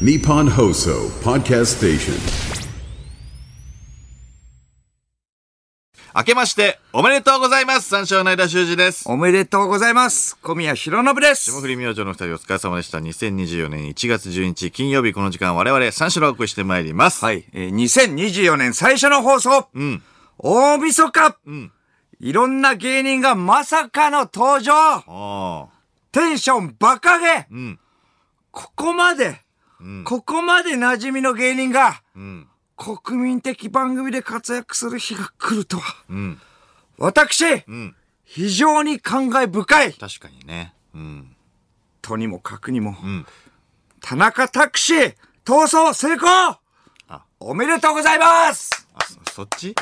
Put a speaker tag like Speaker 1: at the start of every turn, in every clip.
Speaker 1: Nippon Hoso Podcast Station.
Speaker 2: 明けまして、おめでとうございます三章の間修二です。
Speaker 3: おめでとうございます。小宮弘信です。
Speaker 2: 霜降り明星の二人お疲れ様でした。2024年1月11日金曜日この時間我々三章をお送りしてまいります。
Speaker 3: はい、えー、2024年最初の放送。うん。大晦日。うん。いろんな芸人がまさかの登場。
Speaker 2: あ
Speaker 3: テンションバカげ。うん。ここまで、ここまで馴染みの芸人が、うん。国民的番組で活躍する日が来るとは。うん。私、うん。非常に感慨深い
Speaker 2: あ。。確かにね。うん。
Speaker 3: とにもかくにも、田中拓司、逃走成功
Speaker 2: あ
Speaker 3: おめでとうございます
Speaker 2: あ、そそっち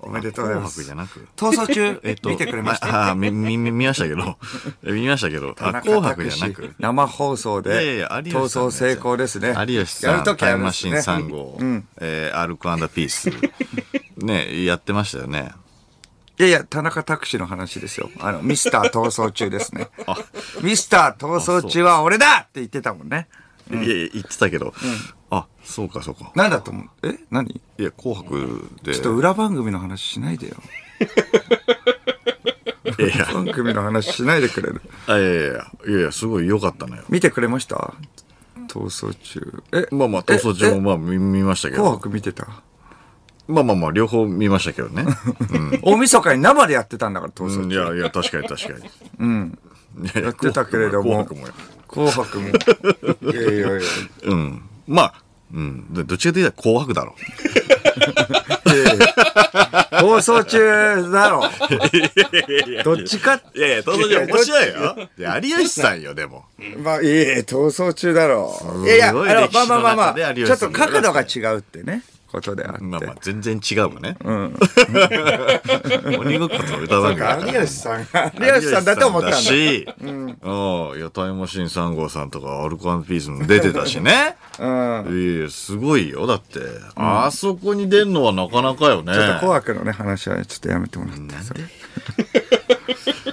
Speaker 3: おめでとうございます。
Speaker 2: 紅白じゃなく。
Speaker 3: 逃走中、
Speaker 2: えっと、
Speaker 3: 見てくれました。
Speaker 2: ああ、み、み、み見ましたけど。え見ましたけど。
Speaker 3: 田
Speaker 2: あ、
Speaker 3: 中
Speaker 2: 紅白
Speaker 3: 拓司
Speaker 2: じゃなく。
Speaker 3: 生放送
Speaker 2: いやい
Speaker 3: で、
Speaker 2: や有吉さんの
Speaker 3: 逃
Speaker 2: やつ
Speaker 3: 走成功ですね。
Speaker 2: 有吉さ
Speaker 3: や
Speaker 2: ん、
Speaker 3: るとき
Speaker 2: タイ
Speaker 3: はや
Speaker 2: ム
Speaker 3: る
Speaker 2: マ
Speaker 3: ん
Speaker 2: シ
Speaker 3: す
Speaker 2: ン
Speaker 3: ね
Speaker 2: 3号、えー、アルコピース。ね、やってましたよね。
Speaker 3: いやいや、田中拓司の話ですよ。あの、ミスター逃走中で すね。ミスター逃走中は俺だって言ってたもんね。
Speaker 2: いやいや、言ってたけど。あ、そうか、そうか。
Speaker 3: なんだと思うえ何
Speaker 2: いや、紅白で。
Speaker 3: ちょっと裏番組の話しないでよ。
Speaker 2: いやいや
Speaker 3: 番組の話しないでくれる。
Speaker 2: あいやいやいや、いやいや、すごい良かったのよ。
Speaker 3: 見てくれました逃走中。え、
Speaker 2: まあまあ、逃走中
Speaker 3: え
Speaker 2: もまあ見見ましたけ
Speaker 3: え紅
Speaker 2: ど。
Speaker 3: 白見てた
Speaker 2: まあまあまあ、両方見ましたけ どね。
Speaker 3: 大晦日に生でやってたんだから、逃
Speaker 2: う
Speaker 3: 走
Speaker 2: ん、い
Speaker 3: 中。
Speaker 2: やいや、確かに確かに。うん。や
Speaker 3: やってたけれど
Speaker 2: 紅
Speaker 3: も
Speaker 2: 白もよ。
Speaker 3: 紅白も。 いやいやいや。
Speaker 2: うん。まあ、うん。でどっちかというと紅白だろ。
Speaker 3: 放送中だろ。どっちか、
Speaker 2: いやいや、逃走中面白いよ。いや、有吉さんよ、でも。
Speaker 3: まあ、 いえいえ、逃走中だろう。いやいや、あの
Speaker 2: すごい歴史
Speaker 3: まあまあま
Speaker 2: の
Speaker 3: あま
Speaker 2: 中で
Speaker 3: あ、ち
Speaker 2: 有
Speaker 3: ょ
Speaker 2: 吉
Speaker 3: っ
Speaker 2: さん
Speaker 3: と
Speaker 2: が
Speaker 3: 角度が違うってね、ことであって。
Speaker 2: まあまあ、全然違うもんね。うん。 鬼ごっこと歌番組だから。
Speaker 3: 有吉さんが、有吉さんだと思ったんだ。
Speaker 2: し、うん。いや、タイムマシーン3号さんとか、アルコピースも出てたしね。うん。いやいや、すごいよ。だって、あそこに出るのはなかなかよね。
Speaker 3: ちょっと紅白のね、話はちょっとやめてもらって。それ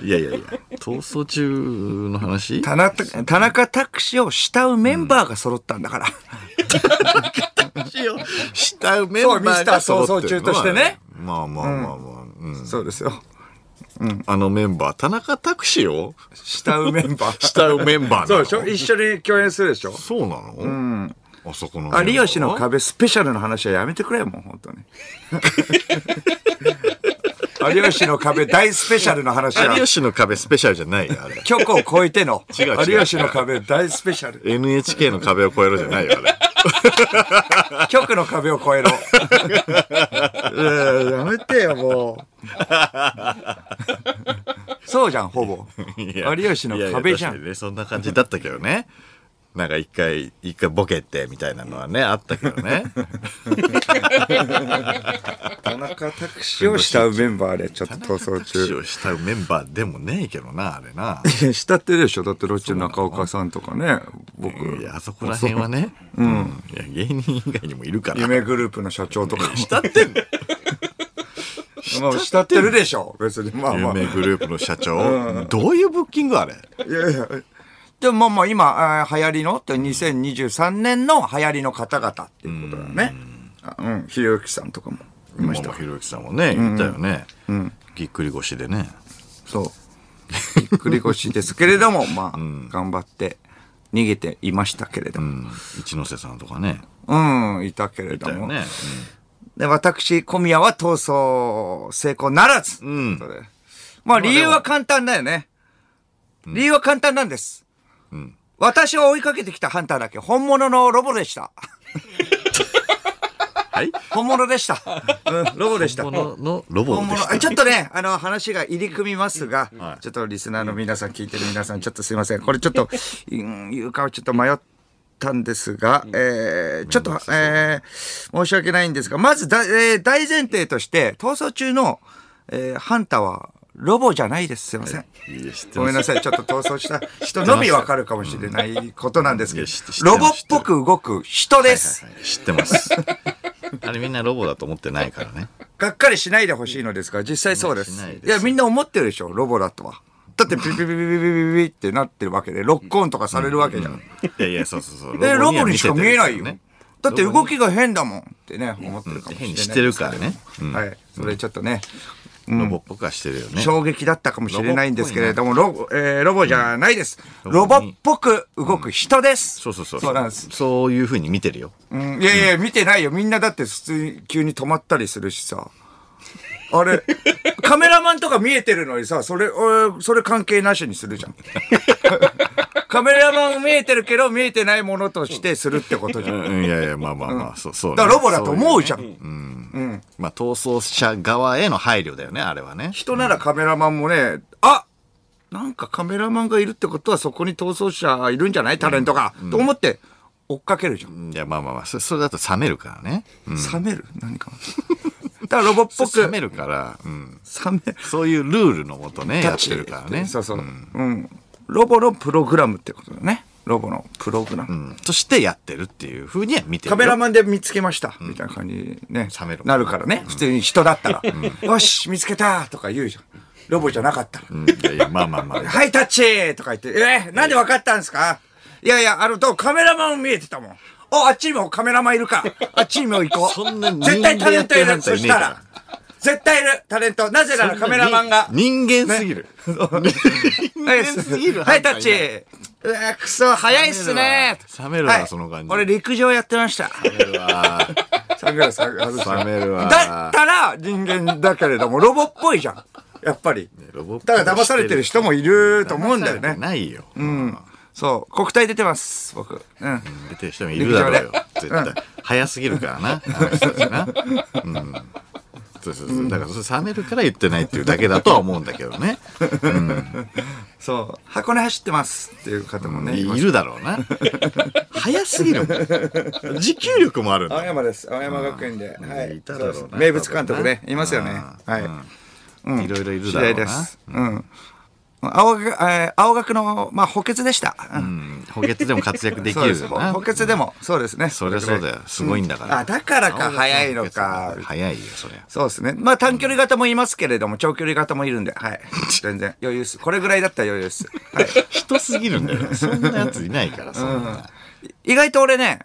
Speaker 2: いやいやいや、逃走中の話
Speaker 3: 田中田中拓司を慕うメンバーが揃ったんだから。
Speaker 2: しよう。したメンバーが揃ってるのは
Speaker 3: そうミスター逃走中としてね。
Speaker 2: まあまあまあまあ。うん。
Speaker 3: そうですよ。
Speaker 2: あのメンバー、田中拓司を
Speaker 3: 慕うメンバー。
Speaker 2: 慕うメンバーなの
Speaker 3: そうでしょ一緒に共演するでしょ
Speaker 2: そうなのうん。あそこのメンバ
Speaker 3: あ、
Speaker 2: ー。
Speaker 3: 有吉の壁スペシャルの話はやめてくれよ、もう、本 当に。有吉の壁大スペシャルの話は、
Speaker 2: 有吉の壁スペシャルじゃないよ、 あれ。
Speaker 3: 曲を超えての、
Speaker 2: 違う違う違う
Speaker 3: 有吉の壁大スペシャル。
Speaker 2: NHK の壁を越えろじゃないよ、あれ。
Speaker 3: 曲の壁を超えろ。えーやめてよ、もう。そうじゃん、ほ ぼ。
Speaker 2: いや
Speaker 3: 有吉の壁じゃん
Speaker 2: いやいや確かにね、そんな感じだったけどね。 なんか一回、一回ボケてみたいなのはね、あったけど ね。
Speaker 3: 田中拓司を慕うメンバーで、ちょっと逃走
Speaker 2: 死
Speaker 3: 中。
Speaker 2: をしたメンバーでもねえけどな、あれな。
Speaker 3: 慕ってるでしょだって、ロッチの中岡さんとかね、僕、
Speaker 2: いや、あそこら辺はね。うん。いや、芸人以外にもいるから。
Speaker 3: 夢グループの社長と かも。
Speaker 2: 慕って んの
Speaker 3: まあ、慕ってるでしょ別に。まあまあ。
Speaker 2: 夢グループの社長。どういうブッキングあれ
Speaker 3: でもまあ今、えー流行りのって2023年の流行りの方々っていうことだよね。あうん。ひろゆきさんとかもいま
Speaker 2: 今
Speaker 3: した。
Speaker 2: もひろゆきさんもね、言ったよね。ぎっくり腰でね。
Speaker 3: そう。ぎっくり腰ですけれども、まあ、頑張って逃げていましたけれど
Speaker 2: う
Speaker 3: も。
Speaker 2: ん一ノ瀬さんとかね。
Speaker 3: うん、いたけれど
Speaker 2: だよ
Speaker 3: も。
Speaker 2: ね。
Speaker 3: で、私、小宮は逃走成功ならず。
Speaker 2: うん
Speaker 3: ということでまあ、理由は簡単だよね。理由は簡単なんです。私を追いかけてきたハンターだけ本物のロボで した。
Speaker 2: はい
Speaker 3: 本物でした。うん、ロボでした。
Speaker 2: この、
Speaker 3: 本
Speaker 2: のロボでし
Speaker 3: 物あ
Speaker 2: た。
Speaker 3: ちょっとね、あの、話が入り組みますが、
Speaker 2: はい
Speaker 3: ちょっとリスナーの皆さん、聞いてる皆さん、ちょっとすいません。これちょっと、うん言うかはちょっと迷ったんですが、えー、ちょっと、えー、申し訳ないんですが、まずだ、えー大前提として、逃走中の、えーハンターは、ロボじゃないです。すいません。
Speaker 2: いや知ってます
Speaker 3: ごめんなさい。ちょっと逃走した人のみわかるかもしれないことなんですけ
Speaker 2: い
Speaker 3: ど
Speaker 2: や知って知っ、てます
Speaker 3: ロボっぽく動く人です。
Speaker 2: はい知ってます。あれみんなロボだと思ってないからね。
Speaker 3: がっかりしないでほしいのですが、実際そうです。
Speaker 2: しないで
Speaker 3: い
Speaker 2: す
Speaker 3: や、みんな思ってるでしょ、ロボだとは。だってピピピピピピピってなってるわけで、ロックオンとかされるわけじゃん。
Speaker 2: いやいや、そうそうそう。
Speaker 3: で、ロボにしか見えないよ。だって動
Speaker 2: き
Speaker 3: きが変だもんってね、思ってるかもしれないですけど。
Speaker 2: 変にしてるからね。うん
Speaker 3: はい。それちょっとね、
Speaker 2: ロボっぽくはしてるよね。
Speaker 3: 衝撃だったかもしれないんですけれども、ロボ,、えーロボじゃないです。ロ
Speaker 2: ロ
Speaker 3: ボ
Speaker 2: ボ
Speaker 3: っ
Speaker 2: に
Speaker 3: ぽく動く人です。
Speaker 2: そうそうそう。
Speaker 3: そうなんです。
Speaker 2: そういうふうに見てるよ。
Speaker 3: うん、いやいや、見てないよ。みんなだって普通に急に止まったりするしさ。あれ、カメラマンとか見えてるのにさ、それ、俺それ関係なしにするじゃん。 カメラマン見えてるけど、見えてないものとしてするってことじゃん。だ
Speaker 2: うんいやいや、まあまあまあ、そうそうね。
Speaker 3: からロボだと思
Speaker 2: そう
Speaker 3: じゃん。
Speaker 2: うまあ、逃走者側への配慮だよね、あれはね。
Speaker 3: 人ならカメラマンもね、あなんかカメラマンがいるってことはそこに逃走者いるんじゃないタレントが、と思って追っかけるじゃん。
Speaker 2: いや、まあまあまあ、そそれだと冷めるからね。
Speaker 3: 冷める何か。だからロボっぽく、
Speaker 2: 冷
Speaker 3: 冷め
Speaker 2: めるから、うん。
Speaker 3: る。
Speaker 2: そういうルールのもとね、やってるからね。
Speaker 3: そうそう。うん。ロボのプログラムってことだね。ロボのプログラム。
Speaker 2: うんとしてやってるっていうふうには見てるよ。
Speaker 3: カメラマンで見つけました、みたいな感じにね
Speaker 2: 冷めろ
Speaker 3: なるからね、普通に人だったら、よし見つけたとか言うじゃんロボじゃなかったら、
Speaker 2: うん。いやいや、まあまあまあ。
Speaker 3: はい、タッチとか言って、えーなんで分かったんですかいやいや、あの、どうカメラマンも見えてたもん。お、あっちにもカメラマンい るか。あっちにも行こう。
Speaker 2: そんな人間
Speaker 3: 絶対タレントい
Speaker 2: やってるな
Speaker 3: る。
Speaker 2: んて
Speaker 3: そしたら。絶対いる、タレント。なぜならカメラマンが。
Speaker 2: 人間すぎる。人
Speaker 3: はい
Speaker 2: 間すぎる。
Speaker 3: はい、タッチ。うわー、くそ、早いっすね。
Speaker 2: 冷めるわ
Speaker 3: はい
Speaker 2: その感じ
Speaker 3: 俺、陸上やってました。
Speaker 2: 冷める わ。
Speaker 3: サングラスサングラス
Speaker 2: 冷めるわ。
Speaker 3: だったら人間だけれども、ロボっぽいじゃん。やっぱり。
Speaker 2: ロボット
Speaker 3: だから騙されてる人もいると思うんだよ
Speaker 2: 騙されて
Speaker 3: ね。
Speaker 2: ないよ。
Speaker 3: そう。国体出てます、僕。うん。
Speaker 2: 出てる人もいるだろうよ
Speaker 3: 陸上。
Speaker 2: 絶対。早すぎるからな。あの人たちな。うん。そうそうそう。だから、それ冷めるから言ってないっていうだけだとは思うんだけどね。
Speaker 3: そう。箱根走ってますっていう方もね。
Speaker 2: い
Speaker 3: います
Speaker 2: るだろうな。早すぎるもん。持久力もあるんだ
Speaker 3: 青
Speaker 2: よ。
Speaker 3: 山です。青山学園で。はい。
Speaker 2: いただろうな
Speaker 3: そうです名物監督ね
Speaker 2: 多分。ない
Speaker 3: ますよね。はい。
Speaker 2: いろいろいるだ
Speaker 3: 嫌
Speaker 2: ろ
Speaker 3: いうで
Speaker 2: な。
Speaker 3: す。うん。青学、えー青学の、まあ、補欠でした。う。
Speaker 2: うんん。補欠でも活躍でき
Speaker 3: そうで
Speaker 2: る
Speaker 3: す。
Speaker 2: よ
Speaker 3: 補
Speaker 2: な。
Speaker 3: 補欠でも、そうですね。
Speaker 2: そりゃそうだよ。すごいんだから。
Speaker 3: あ、だからか、早いのか。
Speaker 2: 早いよ、そりゃ。
Speaker 3: そうですね。まあ短距離型もいますけれども、長距離型もいるんで、はい。全然余裕です。これぐらいだったら余裕です。はい。
Speaker 2: 人すぎるんだよ。そんなやついないから、そんな。
Speaker 3: 意外と俺ね、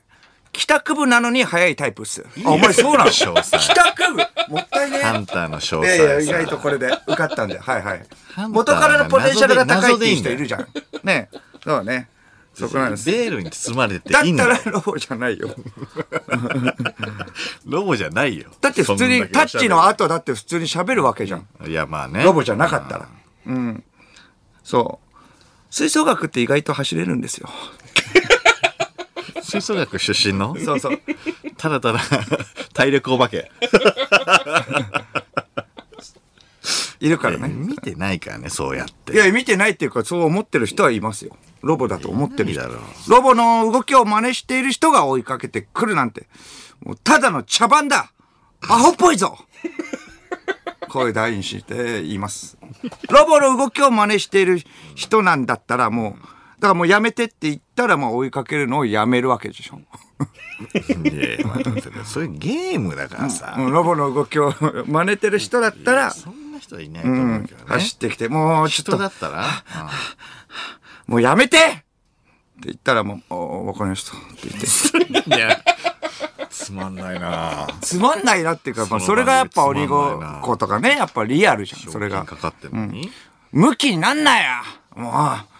Speaker 3: 帰宅部なのに早いタイプっす。あ、お前そうなの帰
Speaker 2: 詳細
Speaker 3: 宅部もったいね
Speaker 2: ハンターの詳
Speaker 3: いや
Speaker 2: 細
Speaker 3: いや、意
Speaker 2: さ
Speaker 3: 外とこれで受かったん で、はいは
Speaker 2: ハ
Speaker 3: い
Speaker 2: ンターは。
Speaker 3: 元からのポテンシャルが高いっていう人
Speaker 2: 謎で
Speaker 3: いるじゃん。ねそうね。そこなんです。
Speaker 2: ベールに包まれて
Speaker 3: だっ
Speaker 2: いいん
Speaker 3: た
Speaker 2: だよ
Speaker 3: ら。ロボじゃないよ。
Speaker 2: ロボじゃないよ。
Speaker 3: だって普通
Speaker 2: そん
Speaker 3: に
Speaker 2: だけ
Speaker 3: タ
Speaker 2: お
Speaker 3: ッ
Speaker 2: しゃれ
Speaker 3: チの後だって普通に喋るわけじゃん。
Speaker 2: いや、まあね。
Speaker 3: ロボじゃなかったら。うん。そう。吹奏楽って意外と走れるんですよ。
Speaker 2: 吹奏楽出身の
Speaker 3: そうそう。
Speaker 2: ただた だ体力お化け。
Speaker 3: いるからね。
Speaker 2: 見てないからね、そうやって。
Speaker 3: いや、見てないっていうか、そう思ってる人はいますよ。ロボだと思ってる
Speaker 2: い
Speaker 3: 人
Speaker 2: ないだろ。
Speaker 3: ロボの動きを真似している人が追いかけてくるなんて、もうただの茶番だアホっぽ いぞ声大にして言います。ロボの動きを真似している人なんだったらもう、だからもうやめてって言ったら、もう追いかけるのをやめるわけでしょ。
Speaker 2: いやいやまあそういうゲームだからさ。
Speaker 3: うんロボの動きを真似てる人だったら、
Speaker 2: そんな人はいないと思うけどね。
Speaker 3: 走ってきて、もうちょっ
Speaker 2: 人
Speaker 3: と
Speaker 2: だ、ったら、
Speaker 3: もうやめてって言ったらもう、おわかりました。って言って。
Speaker 2: うんいや、つまんないな
Speaker 3: つまんないなっていうか、まあ、そ
Speaker 2: そ
Speaker 3: れ
Speaker 2: の
Speaker 3: がやっぱ
Speaker 2: 番
Speaker 3: オリ
Speaker 2: 組
Speaker 3: ゴ子とかね、やっぱリアルじゃん、それが
Speaker 2: か。かってるのに。
Speaker 3: 向きになんなやもうはぁ、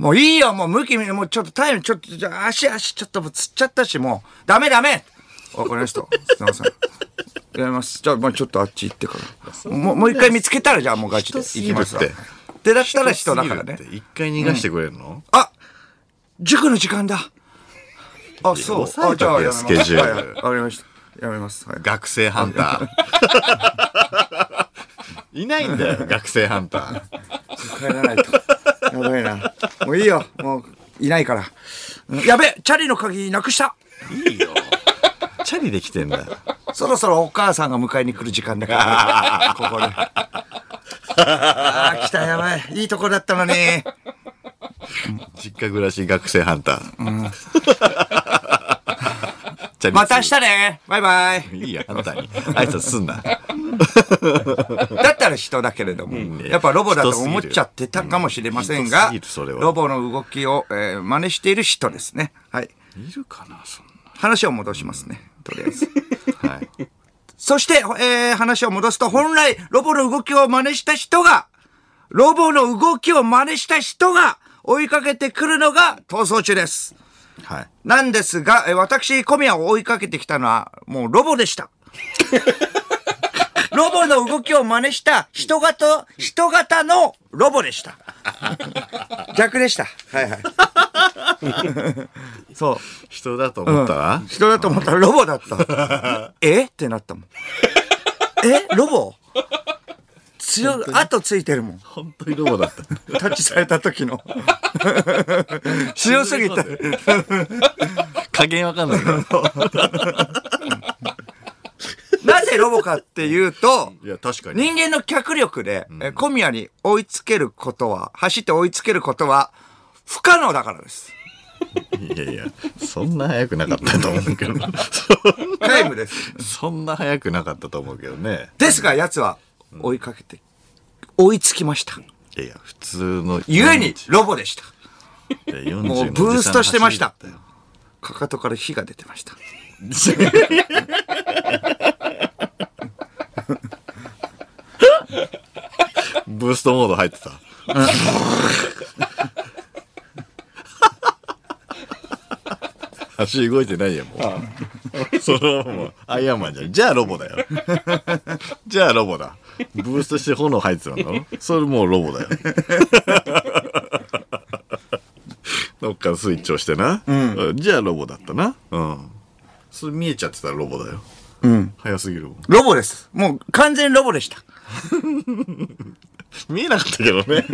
Speaker 3: もういいよ、もう向き見る、もうちょっとタイム、ちょっと、じゃあ足、足、ちょっともうつっちゃったし、もう、ダメダメわかりました。すいません。やります。じゃあ、まあちょっとあっち行ってから。もう、もう一回見つけたら、じゃあもうガチで。
Speaker 2: 人す
Speaker 3: 行
Speaker 2: ぎ
Speaker 3: き
Speaker 2: るって
Speaker 3: ますわ。で、だったら人だからね
Speaker 2: 人す。ぎるって一回逃がしてくれるの、
Speaker 3: あ塾の時間だあ、そう。
Speaker 2: 抑
Speaker 3: あ、
Speaker 2: えとけよ
Speaker 3: ます
Speaker 2: スケジュール
Speaker 3: はいはいわかりました。やめます。はい。
Speaker 2: 学生ハンター。い ないんだよ、学生ハンター。
Speaker 3: 帰らないと。やばいな。もういいよ。もう、いないから。うんやべえチャリの鍵なくした
Speaker 2: いいよ。チャリで来てんだよ。
Speaker 3: そろそろお母さんが迎えに来る時間だから。ここで。あー来た、やばい。いいとこだったのに。
Speaker 2: 実家暮らし学生ハンター。チャリ
Speaker 3: また明日ね。バイバイ。
Speaker 2: いいや、ハンターに。挨拶すんな。
Speaker 3: だったら人だけれども、やっぱロボだと思っちゃってたかもしれません
Speaker 2: 人
Speaker 3: が
Speaker 2: すぎるそれ、は
Speaker 3: ロボの動きを、えー真似している人ですね。はい。
Speaker 2: いるかな、そん
Speaker 3: 話を戻しますね。とりあえず。
Speaker 2: な。はい。
Speaker 3: そして、えー話を戻すと、本来、ロボの動きを真似した人が、ロボの動きを真似した人が追いかけてくるのが逃走中です。
Speaker 2: はい。
Speaker 3: なんですが、えー私、小宮を追いかけてきたのは、もうロボでした。ロボの動きを真似した人型、人型のロボでした。逆でした。はいはい。そう。
Speaker 2: 人だと思ったら、
Speaker 3: 人だと思ったらロボ だった。えってなったもん。えロボ強い、後ついてるもん。
Speaker 2: 本当にロボだった。
Speaker 3: タッチされた 時の。強すぎた。
Speaker 2: 加減わかんないから。
Speaker 3: なぜロボかっていうと、
Speaker 2: いや、確かに。
Speaker 3: 人間の脚力で、え小宮に追いつけることは、走って追いつけることは、不可能だか らです。
Speaker 2: いやいや、そんな早くなかったと思うけど。
Speaker 3: 皆無です。
Speaker 2: そんな早くなかったと思うけどね。
Speaker 3: ですが、奴は追いかけて、追いつきました。
Speaker 2: いやいや、普通の。
Speaker 3: ゆえに、ロボでした。
Speaker 2: 40
Speaker 3: もうブーストしてましたかかとから火が出てました。
Speaker 2: ブーストモード入ってた。足動いてないやんもう。そのままアイアンマンじゃん。じゃあロボだよ。じゃあロボだ。ブーストして炎入ってたんだろそれもうロボだよ。どっからスイッチ押してな。うんじゃあロボだったな。うん。それ見えちゃってたらロボだよ。うん。早すぎるもん。
Speaker 3: ロボです。もう完全にロボでした。
Speaker 2: 見えなかったけどね。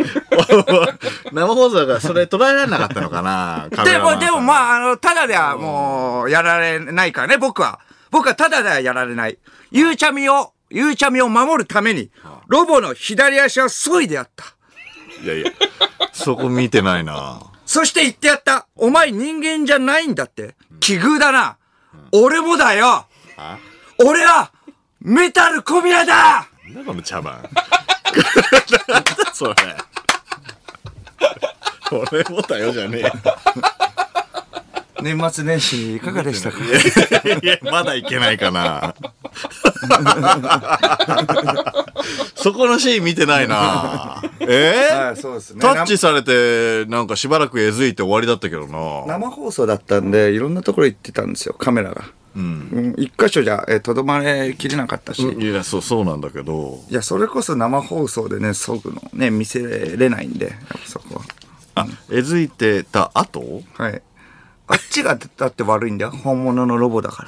Speaker 2: 生放送がそれ捉えられなかったのかな。
Speaker 3: でも、でも
Speaker 2: あ。
Speaker 3: まあ、あの、ただではもう、やられないからね、僕は。僕はただではやられない。ゆうちゃみを、ゆうちゃみを守るために、ロボの左足を削いでやった。
Speaker 2: いやいや、そこ見てないな。
Speaker 3: そして言ってやった。お前人間じゃないんだって。奇遇だな。俺もだよ。俺は、メタル小宮だ
Speaker 2: なんだこの茶 番。なんだそれ。俺もだよじゃねえよ。
Speaker 3: 年末年始いかがでしたか
Speaker 2: いや、まだいけないかな。そこのシーン見てないな。えー
Speaker 3: そうです
Speaker 2: タッチされて、なんかしばらくえずいて終わりだったけどな。
Speaker 3: 生放送だったんでいろんなところ行ってたんですよカメラが、うん一箇所じゃえーとど、まれきれなかったし、い
Speaker 2: いや、そう、そうなんだけど。
Speaker 3: やそれこそ生放送でねそぐのね見せれないんでやっぱそこは
Speaker 2: あ、えずいてた後
Speaker 3: はいあっちがだって悪いんだよ本物のロボだか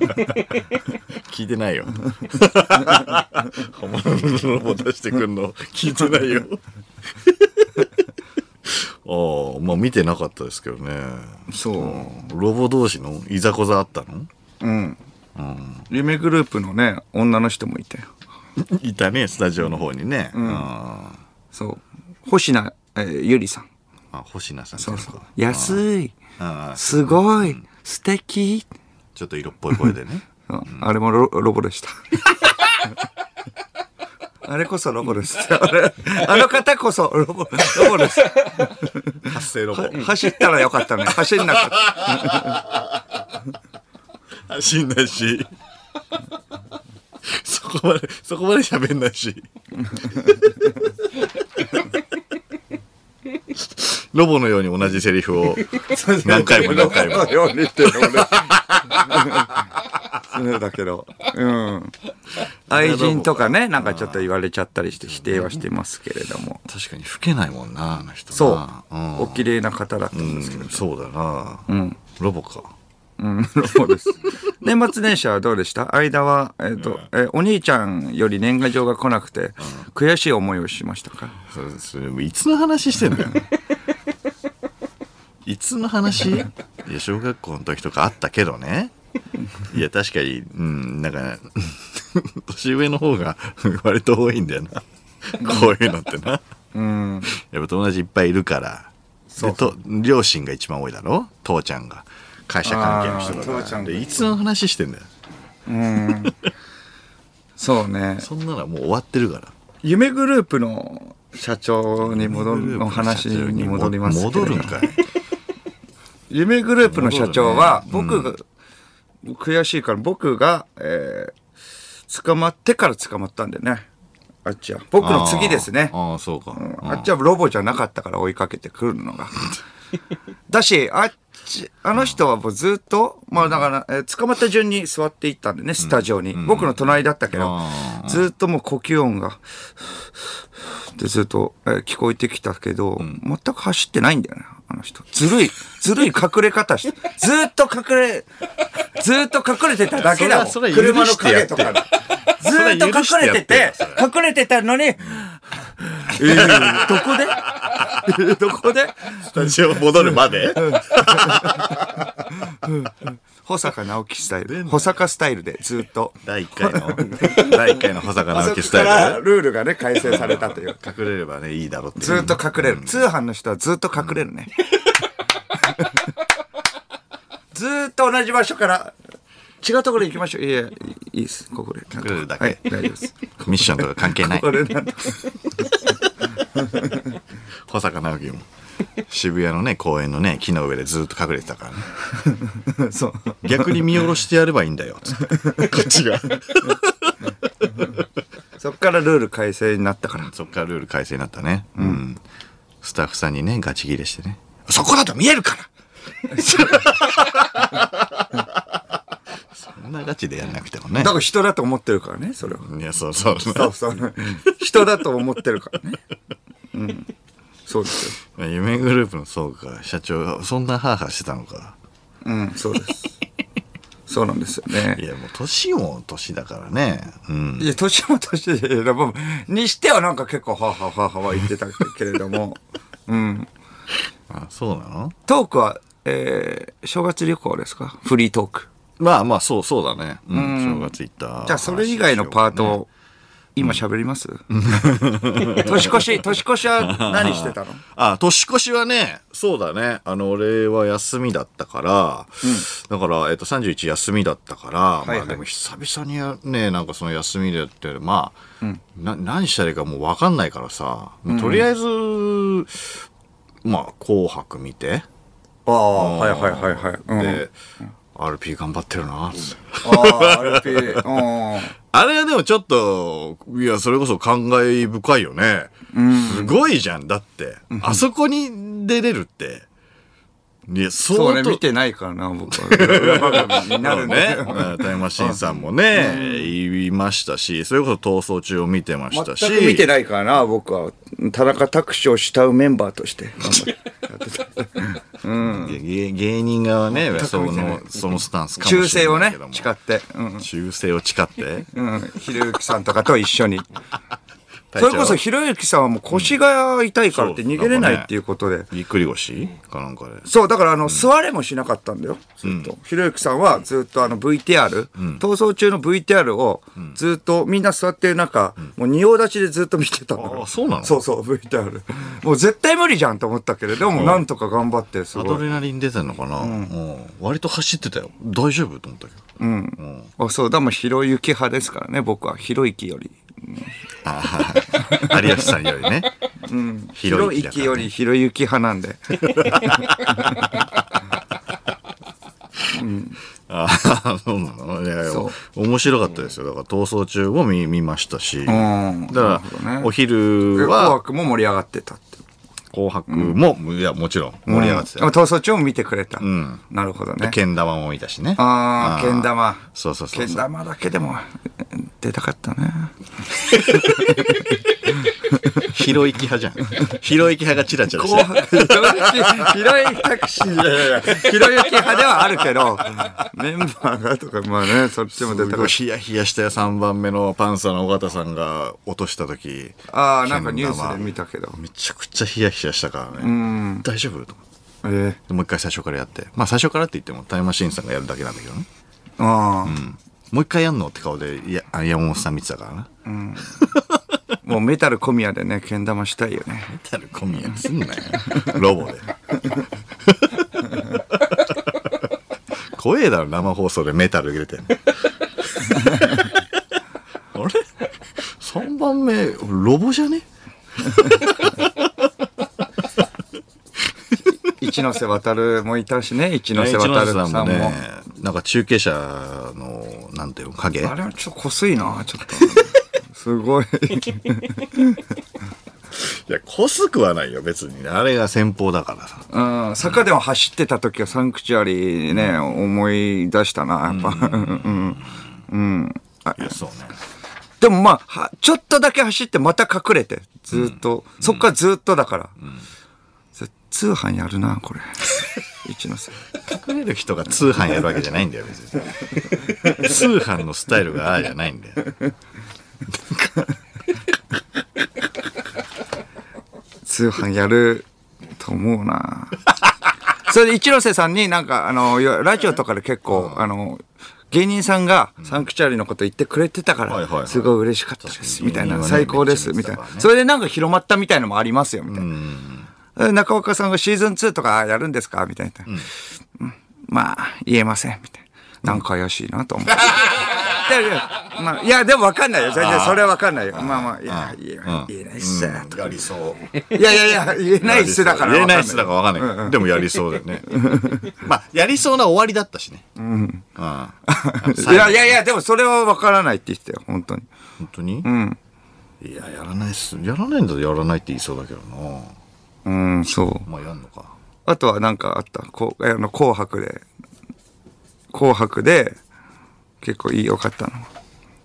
Speaker 3: ら
Speaker 2: 聞いてないよ。本物のロボ出してくんの聞いてないよ。ああ、まあ見てなかったですけどね。
Speaker 3: そう
Speaker 2: ロボ同士のいざこざあったの
Speaker 3: 夢グループのね女の人もいたよ
Speaker 2: いたね、スタジオの方にね。うん、あ
Speaker 3: そう星名、えーゆりさん
Speaker 2: 星名さん
Speaker 3: そう
Speaker 2: です
Speaker 3: そ
Speaker 2: か
Speaker 3: う安い
Speaker 2: ああ
Speaker 3: すごい素敵
Speaker 2: ちょっと色っぽい声で ね。
Speaker 3: そうあれもロロボ でした。あれこそロボです。あれあの方こそロボロボです。
Speaker 2: 発声ロボ。
Speaker 3: 走ったらよかったね。走んなかった。
Speaker 2: 走んないし。 そこまで、そこまで喋んない し。ロボのように同じセリフを何回も何回も。
Speaker 3: ようにって俺。そうだけど。うん。愛人とかね、なんかちょっと言われちゃったりして否定はしてますけれども。
Speaker 2: 確かに老けないもんな、あの人な
Speaker 3: そう。
Speaker 2: うん
Speaker 3: お綺麗な方だったんですけど。
Speaker 2: うんそうだな、ロボか。
Speaker 3: うん、 そうです。年末年始はどうでした間は、えっ、と、えーお兄ちゃんより年賀状が来なくて、悔しい思いをしましたか
Speaker 2: それそれいつの話してんだよ。 いつの話いや、小学校の時とかあったけどね。いや、確かに、うん、なんか、 年上の方が 割と多いんだよな。こういうのってな。
Speaker 3: うん。
Speaker 2: やっぱ友達いっぱいいるから。でと両親が一番多いだろ父ちゃんが。会社関係の人だ
Speaker 3: あー父ち
Speaker 2: か
Speaker 3: ゃん
Speaker 2: ら。
Speaker 3: が
Speaker 2: で、いつの話してんだよ。
Speaker 3: そうね。
Speaker 2: そんなのはもう終わってるから
Speaker 3: 夢グループの社長に戻るの話に戻りますけれど
Speaker 2: 戻るん かい
Speaker 3: 夢グループの社長は僕が、
Speaker 2: 戻
Speaker 3: 悔しいから僕が、えー捕まってから捕まったんでねあっちは僕の次ですね
Speaker 2: あーあーそうか、うん
Speaker 3: あっちはロボじゃなかったから追いかけてくるのが だしあっちあの人はもうずっとまあだから、えー捕まった順に座っていったんでねスタジオに、僕の隣だったけど
Speaker 2: あ
Speaker 3: ずっともう呼吸音がってずっと、えー聞こえてきたけど、全く走ってないんだよねあの人ずるいずるい隠れ方してずっと隠れずっと隠れてただけだもん
Speaker 2: それはそれは
Speaker 3: 車
Speaker 2: 許
Speaker 3: の
Speaker 2: してやって
Speaker 3: 影と
Speaker 2: よ
Speaker 3: かにずっと隠れてて隠れてたのに、えーどこでえー どこで
Speaker 2: スタジオ戻るまで
Speaker 3: 保坂直樹スタイル保坂スタイルでずっと
Speaker 2: 第1回の第1回の保坂
Speaker 3: あ
Speaker 2: 直
Speaker 3: そ
Speaker 2: 樹ス
Speaker 3: こか
Speaker 2: タイ
Speaker 3: ら
Speaker 2: ル
Speaker 3: ルールがね改正されたという
Speaker 2: で 隠れればねいいだろうっていう
Speaker 3: ずっと隠れる。通販の人はずっと隠れるね。ずっと同じ場所から、違うところに行きましょう。いや、いいいいです。ここで。隠
Speaker 2: れるだけ
Speaker 3: はい、大丈夫です。
Speaker 2: ミッションとか関係ない
Speaker 3: これなんだ
Speaker 2: 保坂直樹も渋谷のね公園のね木の上でずっと隠れてたからね
Speaker 3: そう。
Speaker 2: 逆に見下ろしてやればいいんだよつってこっちが
Speaker 3: そっからルール改正になったから。
Speaker 2: そっからルール改正になったね、うんスタッフさんにねガチギレしてねそこだと見えるからそんなガチでやんなくてもね
Speaker 3: だから人だと思ってるからね、それは。
Speaker 2: いやそうそう
Speaker 3: そうそう。人だと思ってるからね。うん。そうです
Speaker 2: ま
Speaker 3: よ。
Speaker 2: あ夢グループのそうか社長そんなハーハーしてたのか
Speaker 3: うん、そうです。そうなんですよ
Speaker 2: い
Speaker 3: ね。
Speaker 2: やもう年も年だからねうん
Speaker 3: いや、年も年で、でもにしてはなんか結構、はあはあはあはあ言ってたけれども、うん。
Speaker 2: あそうなの
Speaker 3: トークは、えー正月旅行ですかフリートーク。
Speaker 2: まあまあそうそうだね、うん、正月行った
Speaker 3: じゃあ、それ以外のパートを、今喋ります年越し、年越しは何してたの
Speaker 2: あ、年越しはね、そうだね。あの、俺は休みだったから、だから、えっと、31休みだったから、
Speaker 3: いはい
Speaker 2: まあでも久々にやね、なんかその休みでやってる、まあ、な何したらいいかもうわかんないからさ、もうとりあえず、まあ、紅白見て、
Speaker 3: ああ、はいはいはいはい。うん、
Speaker 2: で、RP 頑張ってるな、つって
Speaker 3: ああ、RP。うん。
Speaker 2: あれはでもちょっと、いや、それこそ感慨深いよね。すごいじゃん。だって、あそこに出れるって。いや、相当
Speaker 3: そうね、見てないからな、僕は。裏番組になるん
Speaker 2: ね。
Speaker 3: で。
Speaker 2: うんタイムマシーンさんもね、言いましたし、それこそ逃走中を見てましたし。
Speaker 3: 全く見てないからな、僕は。田中拓司を慕うメンバーとして。
Speaker 2: 芸芸人側ね、そ
Speaker 3: 見てない
Speaker 2: の、そのスタンスかも
Speaker 3: 忠
Speaker 2: しれ
Speaker 3: 誠を
Speaker 2: ない
Speaker 3: ね
Speaker 2: けども。、
Speaker 3: 誓って。うん。
Speaker 2: 忠誠を誓って。
Speaker 3: うん、ひろゆきさんとかと一緒に。 それこそひろゆきさんはもう腰が痛いからって逃げれないっていうことで。
Speaker 2: ぎっくり腰かなんかで。
Speaker 3: そう、だからあの、座れもしなかったんだよ、ずっと。ひろゆきさんはずっとあの VTR、逃走中の VTR をずっとみんな座ってる中、もう仁王立ちでずっと見てたのよ
Speaker 2: あそうなの
Speaker 3: そうそう、VTR。もう絶対無理じゃんと思ったけれども、なんとか頑張って、す
Speaker 2: ア
Speaker 3: ご
Speaker 2: ド
Speaker 3: い。
Speaker 2: レナリン出てんのかな、うん割と走ってたよ。大丈夫と思ったけど。
Speaker 3: あそう、だもうひろゆき派ですからね、僕は。ひろゆきより。
Speaker 2: ああ 有吉さんよりね。
Speaker 3: ひろ
Speaker 2: 広い
Speaker 3: ゆ
Speaker 2: だからね
Speaker 3: きよりひろゆき派なん で。
Speaker 2: ああ、そうなのいやいや
Speaker 3: そ
Speaker 2: 面白かったですよ。だから、逃走中も見見ましたし。
Speaker 3: んなる
Speaker 2: だか
Speaker 3: ほど
Speaker 2: ら、
Speaker 3: ね
Speaker 2: お昼
Speaker 3: 紅
Speaker 2: は、
Speaker 3: 白も盛り上がってたって。
Speaker 2: 紅白も、いや、もちろん、盛り上がってた
Speaker 3: でも
Speaker 2: よ。
Speaker 3: 逃走中も見てくれた。なるほど
Speaker 2: で
Speaker 3: ね。
Speaker 2: けん玉もいたしね。
Speaker 3: ああ、けん玉。
Speaker 2: そうそうそうそう
Speaker 3: けん玉だけでも出たかったね。
Speaker 2: ひろゆき派じゃん。 ひろゆき派がチラチラして。
Speaker 3: ひろゆき、ひろゆきタクシー、いやいやいやひろゆき派ではあるけど、メンバーがとか、まあね、そっちも出
Speaker 2: す
Speaker 3: たか
Speaker 2: ご
Speaker 3: っ
Speaker 2: いヒヤヒヤしたよ3番目のパンサーの尾形さんが落とした時
Speaker 3: た。ああ、なんかニュースで見たけど。
Speaker 2: めちゃくちゃヒヤヒヤしたからね大丈夫と思って
Speaker 3: ええ
Speaker 2: でもう一回最初からやってまあ最初からって言ってもタイムマシーンさんがやるだけなんだけどね
Speaker 3: ああ、
Speaker 2: もう一回やんのって顔でいやあ山本さん見てたからな
Speaker 3: もうメタル小宮でね、けん玉したいよね。
Speaker 2: たる小宮すんなよ ロボで怖えだろ生放送でメタル入れてんの あれ目、ロボじゃね
Speaker 3: 一ノ瀬渡るもいたしね、一ノ瀬
Speaker 2: 一
Speaker 3: 渡
Speaker 2: ノ
Speaker 3: る
Speaker 2: 瀬
Speaker 3: さ
Speaker 2: さ
Speaker 3: ん
Speaker 2: ん
Speaker 3: も。
Speaker 2: もね、なんか中継車の、なんていうの、影
Speaker 3: あれはちょっとこすいな、ちょっと。すごい。
Speaker 2: いや、こすくはないよ、別に。あれが先方だからさ。
Speaker 3: うん、坂でも走ってた時はサンクチュアリね、思い出したな、やっぱ。うん。うん。あ
Speaker 2: いや、そうね。
Speaker 3: でもまあ、はちょっとだけ走ってまた隠れて、ずーっと。そっからずーっとだから。ぜ通販やるな、これ。一ノ瀬。
Speaker 2: 隠れる人が通販やるわけじゃないんだよ、別に。通販のスタイルがああじゃないんだよ。
Speaker 3: 通販やると思うな それで一ノ瀬さんになんかあのよラジオとかで結構、あの芸人さんがサンクチュアリのこと言ってくれてたか
Speaker 2: はいはいは
Speaker 3: ら
Speaker 2: い
Speaker 3: すごい嬉しかったで
Speaker 2: 確
Speaker 3: す
Speaker 2: かに
Speaker 3: みたい
Speaker 2: 芸人
Speaker 3: な
Speaker 2: はね
Speaker 3: 最高です
Speaker 2: め
Speaker 3: み
Speaker 2: っち
Speaker 3: た
Speaker 2: ゃ
Speaker 3: い
Speaker 2: 見てたから
Speaker 3: な
Speaker 2: ね
Speaker 3: それでなんか広まったみたいのもありますよみたいなえ中岡さんがシーズン2とかやるんですかみたいな、うんまあ言えませんみたいななんか怪しいなと思って。 いやいやまあ、いやでも分かんないよ全然それは分かんないよまあまあいや言え
Speaker 2: うん
Speaker 3: 言えないっすね
Speaker 2: やりそう。
Speaker 3: いやいやいや、言えないっすだから。
Speaker 2: 言えないっすだからわかんない。でもやりそうだよね。 まあ、やりそうな終わりだったしね。うん。あ
Speaker 3: いやいやいや、でもそれはわからないって言ってたよ、本当に。
Speaker 2: 本当にうん。いや、やらないっす。やらないんだとやらないって言いそうだけどな。
Speaker 3: うん、そう。
Speaker 2: まあ、やんのか。
Speaker 3: あとはなんかあった、こうあの紅白で。紅白で、結構いい、よかったの。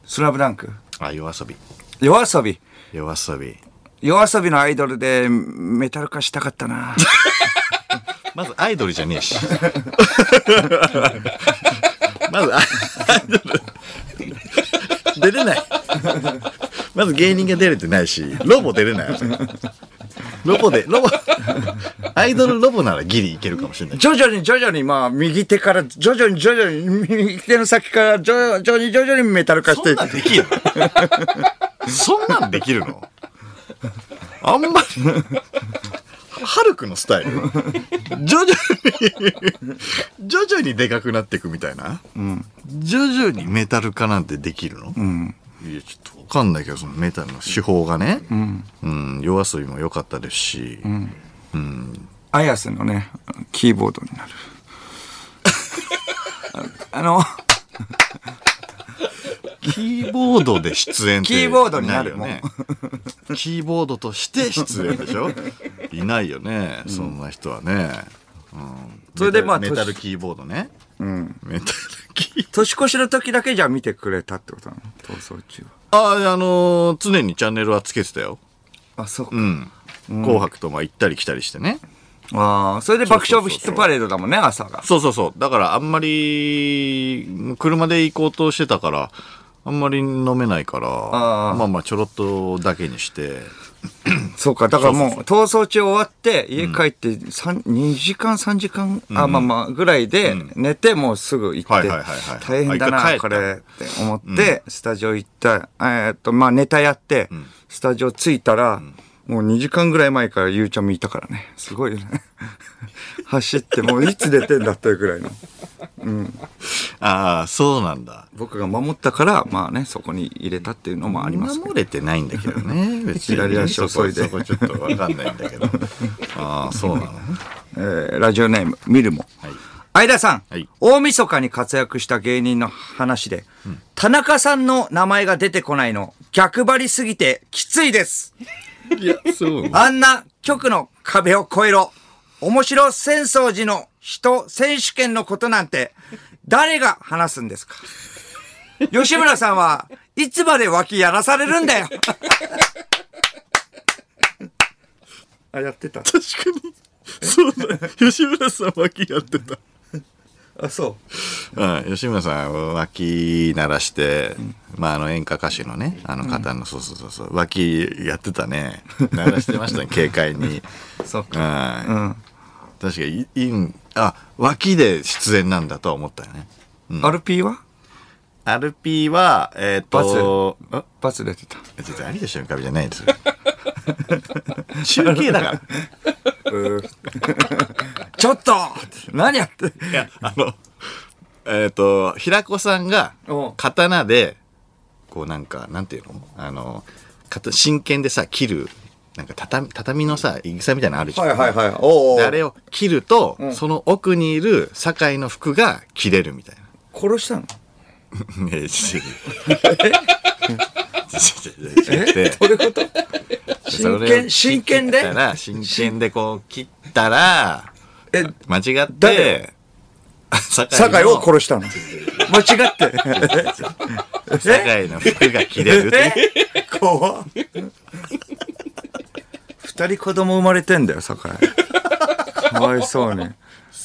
Speaker 3: スラブランク。
Speaker 2: あ、夜遊び。
Speaker 3: 夜遊び。
Speaker 2: 夜遊び。
Speaker 3: 夜遊びのアイドルでメタル化したかっ たな。
Speaker 2: まずアイドルじゃねえし。まずアイドル。出れない。まず芸人が出れてないし、ロボ出れない。ロボで、ロボ、アイドルロボならギリいけるかもしれない。
Speaker 3: 徐々に徐々に、まあ、右手から、徐々に徐々に、右手の先から、徐々に徐々にメタル化し
Speaker 2: そ
Speaker 3: てい
Speaker 2: ん
Speaker 3: っ
Speaker 2: な
Speaker 3: て
Speaker 2: ん。できるのそんなんできるのあんまり、ハルクのスタイル徐々に、徐々にでかくなっていくみたいな。徐々にメタル化なんてできるの、いや、ちょっとわかんないけど、そのメタルの手法がね。うん。夜遊びも良かったですし、
Speaker 3: 綾瀬のねキーボードに なるあの
Speaker 2: キーボードで出演って
Speaker 3: キーボードになる
Speaker 2: いいよね。キーボードとして出演でしょいないよね、そんな人はね。うん、
Speaker 3: それでまあ
Speaker 2: メタルメタルキーボードね。うん。メタルキー
Speaker 3: 年越しの時だけじゃ見てくれたってことなの逃走中は
Speaker 2: あ、あのー常にチャンネルはつけてたよ。
Speaker 3: あそうか、
Speaker 2: うん。紅白とまあ行ったり来たりしてね。
Speaker 3: ああそれで爆笑ヒットパレードだもんね朝が
Speaker 2: そうそうそう。だからあんまり、車で行こうとしてたから、あんまり飲めないから、
Speaker 3: あー
Speaker 2: まあまあちょろっとだけにして、
Speaker 3: そうかだからもう逃走中終わって家帰って三2時間3時間、あまあまあぐらいで寝てもうすぐ行っ
Speaker 2: はい
Speaker 3: て
Speaker 2: はいはいはい
Speaker 3: 大変だ
Speaker 2: あ一回帰
Speaker 3: な
Speaker 2: った
Speaker 3: これって思ってスタジオ行ったえーっとまあネタやってスタジオ着いたらもう2時間ぐらい前からゆうちゃん見たからねすごいよね 走ってもういつ出てんだっていうぐらいの
Speaker 2: ああ、そうなんだ。
Speaker 3: 僕が守ったからまあねそこに入れたっていうのもありますけど
Speaker 2: 守れてないんだけどね。 別に
Speaker 3: 左足を削いで
Speaker 2: そこそこちょっとわかんないんだ けど。ああ、そうなの
Speaker 3: えーラジオネーム見るも
Speaker 2: はい。
Speaker 3: 相田さん、
Speaker 2: はい
Speaker 3: 大晦日に活躍した芸人の話で、田中さんの名前が出てこないの逆張りすぎてきついです
Speaker 2: いや、そう。
Speaker 3: あんな局の壁を越えろ面白浅草寺の人選手権のことなんて誰が話すんですか吉村さんはいつまで脇やらされるんだよ あやってた
Speaker 2: 確かに。そうだ。吉村さん脇やってた。
Speaker 3: あそう
Speaker 2: うん、吉村さんは脇鳴らして、まあ、あの演歌歌手のねあの方の、そうそうそうそう脇やってたね鳴らしてま したね軽快に
Speaker 3: そっ
Speaker 2: はい、確かにいいんあ脇で出演なんだとは思ったよね
Speaker 3: RP は
Speaker 2: RP はえっ、とバス
Speaker 3: バス出てた
Speaker 2: 全然有吉の壁じゃないですよ 中継だから
Speaker 3: ちょっと何やって
Speaker 2: いやあのえっ、と平子さんが
Speaker 3: うん
Speaker 2: 刀でこうなんかなんていうのあのかた真剣でさ、切る、なんか畳、畳のさ、いぐさみたいなのあるじゃん。
Speaker 3: はいはいはい。おうおう
Speaker 2: であれを切ると、その奥にいる堺の服が切れるみたいな。
Speaker 3: 殺したの
Speaker 2: ねえ、ちょちょ ちょ
Speaker 3: どういうこと
Speaker 2: そ
Speaker 3: 真
Speaker 2: れを
Speaker 3: 剣、真剣で
Speaker 2: 切ったら真剣でこう切ったら、
Speaker 3: え、
Speaker 2: 間違って
Speaker 3: 誰、
Speaker 2: 堺
Speaker 3: 酒井
Speaker 2: の
Speaker 3: を殺したの 間違って。
Speaker 2: 堺の服が切れるっていう
Speaker 3: え怖っ二人子供生まれてんだよ、酒井。 かわいそうに。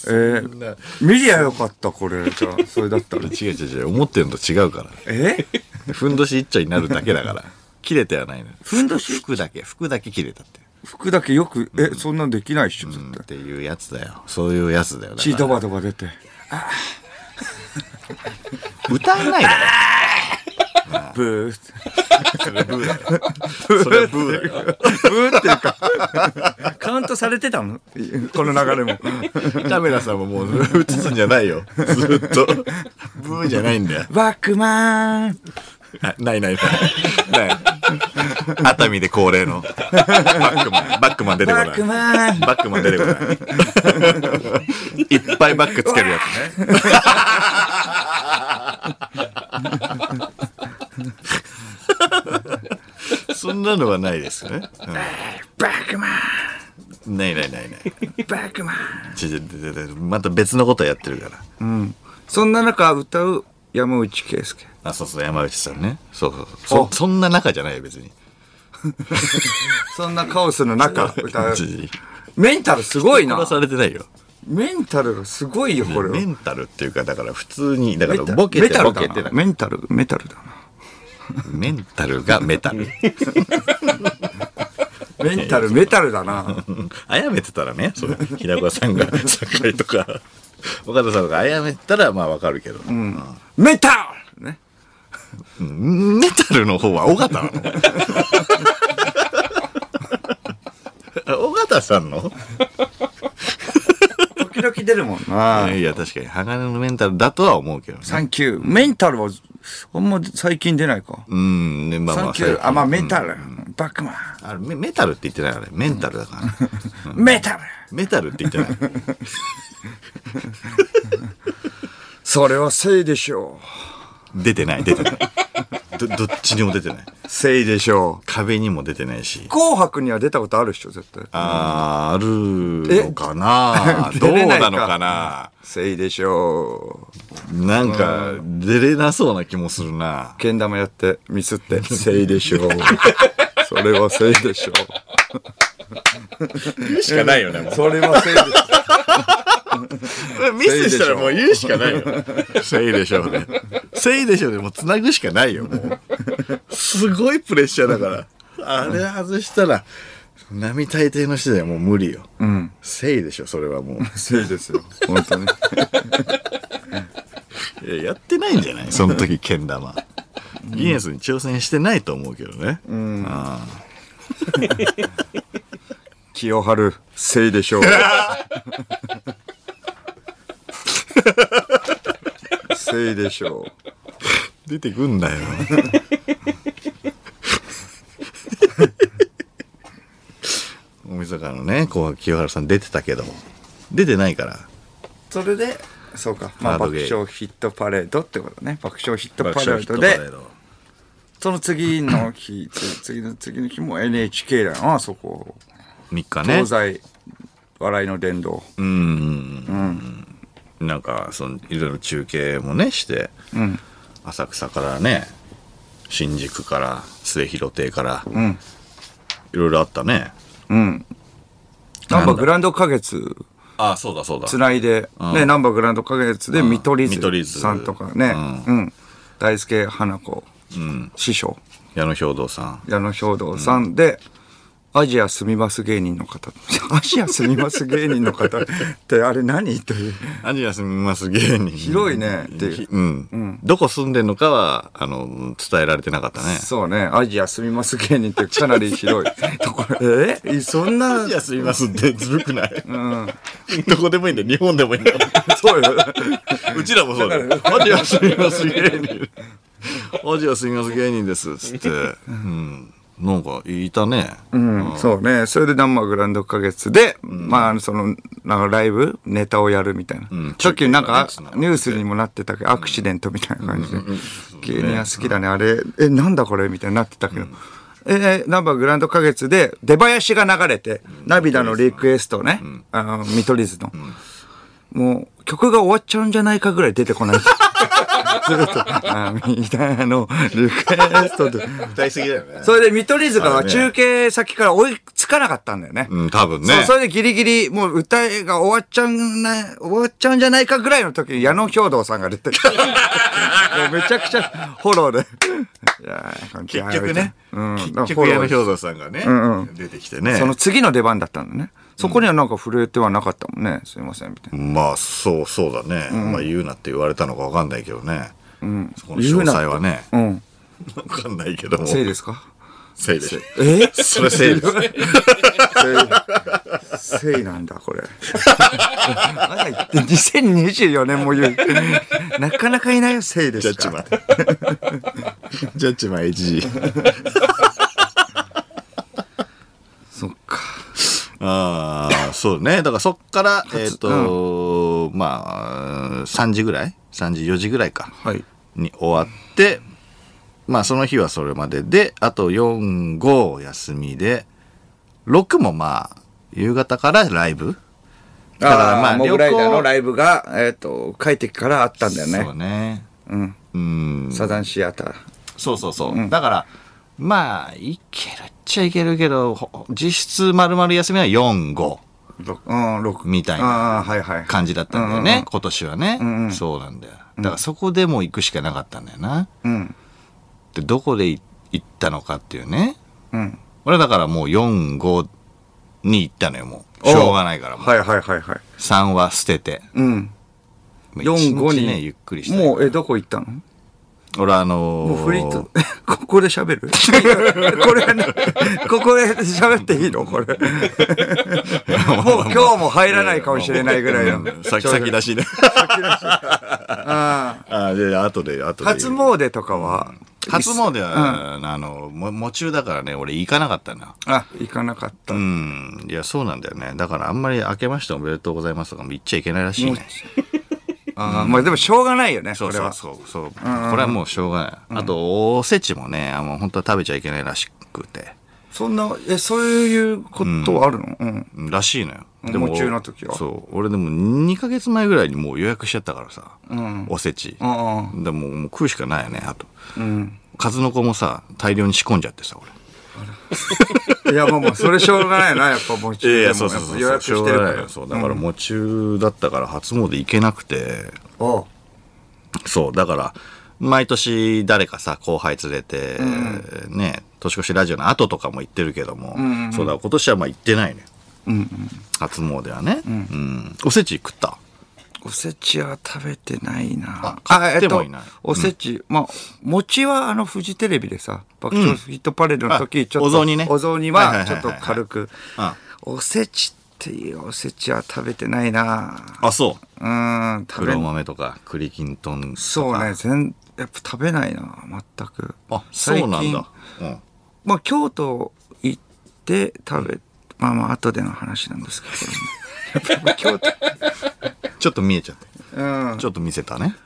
Speaker 3: えー、見りゃよかった、これ。じゃあ、それだった ら。
Speaker 2: 違う違う違う、思ってるのと違うから。
Speaker 3: え
Speaker 2: ふんどし一丁になるだけだから。切れてはないの。
Speaker 3: ふんどし
Speaker 2: 服だけ、服だけ切れたって。
Speaker 3: 服だけよく、え、そんなんできないっしょ、絶
Speaker 2: っ
Speaker 3: 対。
Speaker 2: ていうやつだよ。そういうやつだよ。だ
Speaker 3: 血
Speaker 2: か
Speaker 3: ド
Speaker 2: ら
Speaker 3: バドバ出て。
Speaker 2: 歌えないだ ろ。
Speaker 3: ブー。
Speaker 2: それブーだよ。それブーだよ。
Speaker 3: ブーっていうか、カウントされてたのこの流れも。
Speaker 2: カメラさんももう映すんじゃないよ。ずっと。ブーじゃないんだよ。
Speaker 3: バックマン
Speaker 2: あないないない。ない。熱海で恒例の。バックマン、バックマン出てこない。
Speaker 3: バックマン
Speaker 2: バックマン出てこない。いっぱいバックつけるやつね。そんなのはないですね。
Speaker 3: バックマン
Speaker 2: うんないないないない。
Speaker 3: バックマン
Speaker 2: ちょちょちょちょまた別のことやってるから。
Speaker 3: そんな中歌う山内圭介。
Speaker 2: あ、そうそう、山内さんね。そうそうそう。そそんな仲じゃないよ、別に。
Speaker 3: そんなカオスの中歌 う
Speaker 2: ちょ。ちょ
Speaker 3: メンタルすごいな
Speaker 2: 殺。されてないよ。
Speaker 3: メンタルがすごいよ、これは。
Speaker 2: メンタルっていうか、だから普通に、だから
Speaker 3: メタ
Speaker 2: ボケ
Speaker 3: メ
Speaker 2: て
Speaker 3: タ
Speaker 2: ボ
Speaker 3: ルだ
Speaker 2: ケて
Speaker 3: な。
Speaker 2: な
Speaker 3: メンタル、メタルだな。
Speaker 2: メンタルがメタル。
Speaker 3: メンタル、メタルだな。
Speaker 2: あやめてたらね、それ平子さん が酒井とか、岡田さんとかあやめてたらまあわかるけど、
Speaker 3: メタルね。
Speaker 2: メタルの方は尾形なの尾形さんの
Speaker 3: 時々出るもんな。
Speaker 2: いや、確かに鋼のメンタルだとは思うけどね。
Speaker 3: サンキュー。メンタルは、あんま最近出ないか。
Speaker 2: うん、ね、まあま
Speaker 3: サン
Speaker 2: あ、
Speaker 3: キュー。あ、まあ、メ
Speaker 2: ン
Speaker 3: タル。バックマ
Speaker 2: あれメメタルって言ってないあれ。メンタルだから。
Speaker 3: ン。メタル。
Speaker 2: メタルって言ってない。
Speaker 3: それはせいでしょ
Speaker 2: 出てない、出てない。ど、どっちにも出てない。
Speaker 3: う。せいでしょ
Speaker 2: 壁にも出てないし
Speaker 3: う。。紅白には出たことあるっしょ、絶対。
Speaker 2: あーあるのかな
Speaker 3: え
Speaker 2: どう
Speaker 3: 出れないか
Speaker 2: なのかな
Speaker 3: せいでしょう。
Speaker 2: なんか、出れなそうな気もするな。
Speaker 3: けん玉やってミスってせいでしょうそれはせいでしょ
Speaker 2: 言うしかないよね、も
Speaker 3: うそれはせいでしょ
Speaker 2: う。ミスしたらもう言うしかないよ。せいでしょうね。せいでしょうね。もう繋ぐしかないよ、もう。すごいプレッシャーだから。あれ外したら、並大抵の人ではもう無理よ。うん。せいでしょ、それはもう。
Speaker 3: うせいですよ本当に
Speaker 2: いややってないんじゃないその時、けん玉。ギネスに挑戦してないと思うけどね。
Speaker 3: 清春せいでしょうせいでしょう
Speaker 2: 出てくん なよ。大晦日のね、紅白清原さん出てたけど、出てないから。
Speaker 3: それでそうか、ま
Speaker 2: ハー
Speaker 3: あ、
Speaker 2: ド
Speaker 3: 爆
Speaker 2: ゲー
Speaker 3: 笑ヒットパレードってことね爆笑ヒットパレ
Speaker 2: 爆笑
Speaker 3: ー
Speaker 2: ヒッ
Speaker 3: ド
Speaker 2: トパレ
Speaker 3: で
Speaker 2: ード。
Speaker 3: その次の日つ次の次の日も NHK だよなそこ
Speaker 2: 3日ね
Speaker 3: 東。西笑いの殿堂
Speaker 2: なんか、その、いろいろ中継もね、して、浅草からね、新宿から、末広亭から、いろいろあったね。
Speaker 3: なんかグランド花月
Speaker 2: ああ、そうだそうだ。
Speaker 3: つないで、ね、ナンバーグランド花月で見取
Speaker 2: 見取り
Speaker 3: り
Speaker 2: 図
Speaker 3: 図さんとかね、うん、大輔花子、師匠、
Speaker 2: 矢野兵道さん。
Speaker 3: 矢野兵道さんで、アジア住みます芸人の方。 アジア住みます芸人の方ってあれ何という。
Speaker 2: アジア住みます芸人。
Speaker 3: 広いねっていう
Speaker 2: ひうん。どこ住んでんのかは、あの、伝えられてなかったね。
Speaker 3: そうね、アジア住みます芸人ってかなり広いところ。え そんな
Speaker 2: ア、ジア住みますってずるくないうん。どこでもいいんだよ。日本でもいいんだよ。
Speaker 3: そうよ。
Speaker 2: うちらもそうだよ。アジア住みます芸人。アジア住みます芸人です。つって。うん。なんかいたね。
Speaker 3: うん、そうね。それで、なんまグランド花月で、まああの、その、なんかライブ、ネタをやるみたいな。
Speaker 2: ん
Speaker 3: さっきなん
Speaker 2: 中
Speaker 3: か
Speaker 2: 継とかね、
Speaker 3: ニュースにもなってたけど、アクシデントみたいな感じで。芸人は好きだね、あれ、え、なんだこれみたいになってたけど。えー、ナンバーグランド花月で、出囃子が流れて、涙のリクエストをね、あの、見取り図の。もう、曲が終わっちゃうんじゃないかぐらい出てこない。 ずっと、あみたいなの、リクエストで。
Speaker 2: 歌いすぎだよね
Speaker 3: それで見取り図
Speaker 2: あ
Speaker 3: が
Speaker 2: れね
Speaker 3: 中継先から追いつかなかったんだよね。
Speaker 2: うん、多分ね。
Speaker 3: そうそれでギリギリ、もう歌が終わっちゃうんな、終わっちゃうんじゃないかぐらいの時に矢野兵道さんが出ても うめちゃくちゃフォローで。いやー
Speaker 2: 結局ね。
Speaker 3: うん、
Speaker 2: 結局、矢野兵
Speaker 3: 道。
Speaker 2: 道さんがね、出てきてね。
Speaker 3: その次の出番だったんだね。そこにはなんか震えてはなかったもんね。すいません、みたいな。
Speaker 2: まあ、そうそうだね。まあ、言うなって言われたのかわかんないけどね。そこの
Speaker 3: 言う
Speaker 2: 詳
Speaker 3: な
Speaker 2: 細はね、
Speaker 3: うん。
Speaker 2: わかんないけども。
Speaker 3: せいですか
Speaker 2: せいでしょ。
Speaker 3: え
Speaker 2: それせいです。
Speaker 3: せいなんだ、これ。まだ言って2024年も言う。 なかなかいないよ、せいで
Speaker 2: ジャ
Speaker 3: す
Speaker 2: ッジマ
Speaker 3: か
Speaker 2: ン。 ジャッジマン HG。
Speaker 3: そっか。
Speaker 2: ああ、そうね。だからそっから、えっ、と、まあ、3時ぐらい ?3 時、4時ぐらいか。
Speaker 3: はい。
Speaker 2: に終わって、まあその日はそれまでで、あと4、5休みで、6もまあ、夕方からライブだ
Speaker 3: ああ、
Speaker 2: ま
Speaker 3: まあ、モグライダーのライブが、えっ、と、帰ってからあったんだよ
Speaker 2: そう
Speaker 3: ね。
Speaker 2: ね。
Speaker 3: うん。
Speaker 2: うん。
Speaker 3: サザンシアター。
Speaker 2: そうそうそう。だから、まあ、いけるっちゃいけるけど、ほ実質丸々休みは4、5。
Speaker 3: うん、六
Speaker 2: みたいな
Speaker 3: ああ、はいはい。
Speaker 2: 感じだったんだよね、今年はね、
Speaker 3: んうん
Speaker 2: そうなんだよだからそこでもう行くしかなかったんだよな
Speaker 3: うん。
Speaker 2: でどこでい行ったのかっていうね
Speaker 3: うん。
Speaker 2: 俺だからもう45に行ったのよもうしょうがないからもう、
Speaker 3: はいはいはいはい。
Speaker 2: 3は捨てて
Speaker 3: うん。
Speaker 2: もう一
Speaker 3: 四五
Speaker 2: 日
Speaker 3: に。
Speaker 2: ねゆっくりしたいから
Speaker 3: もう、え、どこ行ったの
Speaker 2: 俺あのー
Speaker 3: もうフリート、 ここで喋る これはね、ここで喋っていいのこれ。 もう今日も入らないかもしれないぐらい
Speaker 2: う
Speaker 3: の。
Speaker 2: ん先先出しね
Speaker 3: ああ
Speaker 2: あで後で後で
Speaker 3: 初詣とかは
Speaker 2: 初詣は、あのも喪中だからね俺行かなかったな
Speaker 3: あ、行かなかった。
Speaker 2: うん、いや、そうなんだよね。だから、あんまり明けましておめでとうございますとかも言っちゃいけないらしいね。
Speaker 3: ああまあでもしょうがないよね、
Speaker 2: そ
Speaker 3: そうれ
Speaker 2: そう
Speaker 3: は。
Speaker 2: そうそう。これはもうしょうがない。あと、おせちもね、あの、本当は食べちゃいけないらしくて。
Speaker 3: そんな、え、そういうことあるのうん。
Speaker 2: うんらしいのよ。
Speaker 3: うん
Speaker 2: でも
Speaker 3: 喪中の時は
Speaker 2: そう。俺でも2ヶ月前ぐらいにもう予約しちゃったからさ。おせち。で
Speaker 3: あ
Speaker 2: ももう食うしかないよね、あと。
Speaker 3: あ、うん。
Speaker 2: 数の子もさ、大量に仕込んじゃってさ、俺。
Speaker 3: いや、まあまあ、それしょうがないな、やっぱもう中
Speaker 2: いやい
Speaker 3: で
Speaker 2: や、
Speaker 3: も
Speaker 2: そう
Speaker 3: や
Speaker 2: そう
Speaker 3: っ
Speaker 2: そ
Speaker 3: ぱ
Speaker 2: う。
Speaker 3: 予約してるか
Speaker 2: しょうがない
Speaker 3: ら
Speaker 2: よ。そう、だから、もう中だったから初詣行けなくて。
Speaker 3: あ
Speaker 2: そう、だから、毎年誰かさ、後輩連れて、ね、年越しラジオの後とかも行ってるけども、そうだ、今年はまあ行ってないね。初詣はね、うんおせち食った
Speaker 3: おせちは食べてないな
Speaker 2: あ。買ってもいない
Speaker 3: あえっとおせち、まあ、餅はあのフジテレビでさ、爆笑ヒットパレードの
Speaker 2: あ
Speaker 3: 時、ちょっと。
Speaker 2: お雑煮ね
Speaker 3: お雑煮
Speaker 2: はいはいは
Speaker 3: は
Speaker 2: い
Speaker 3: ちょ
Speaker 2: はい
Speaker 3: っと軽く
Speaker 2: あ。
Speaker 3: おせちっていうおせちは食べてないな。
Speaker 2: あ、そう。
Speaker 3: うーん、食べ
Speaker 2: 黒、豆とか、栗きんとんとか。
Speaker 3: そうね、全、やっぱ食べないな、全く。
Speaker 2: あ、そうなんだ。うん。
Speaker 3: まあ、京都行って食べ、まあまあ、後での話なんですけど、ね、やっぱ京都、
Speaker 2: ちょっと見えちゃった。
Speaker 3: うん。
Speaker 2: ちょっと見せたね。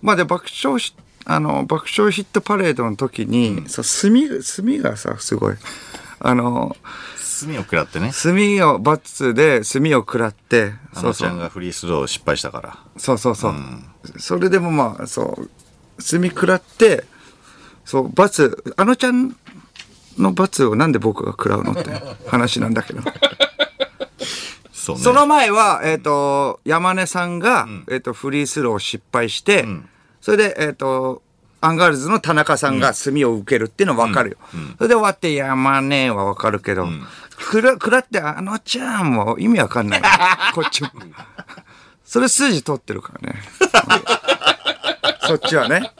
Speaker 3: まあ、で、爆笑し、あの、爆笑ヒットパレードの時に、そう、炭が、炭がさ、すごい。あの、
Speaker 2: 炭を食らってね。
Speaker 3: 炭を、バツで炭を食らって、
Speaker 2: あ
Speaker 3: そ
Speaker 2: の
Speaker 3: う
Speaker 2: ち
Speaker 3: そ
Speaker 2: ゃん
Speaker 3: う、
Speaker 2: がフリースロー失敗したから。
Speaker 3: そうそうそう。それでもまあ、そう、炭食らって、そう、バツ、あのちゃんのバツをなんで僕が食らうのって話なんだけど。
Speaker 2: そうね。
Speaker 3: その前は、えっ、と、山根さんが、えっ、と、フリースローを失敗して、それで、えっ、と、アンガールズの田中さんが炭を受けるっていうのは分かるよ。それで終わって山根は分かるけど、くら、くらってあのちゃんも意味わか んない。こっちも。それ数字取ってるから ね。そっちはね。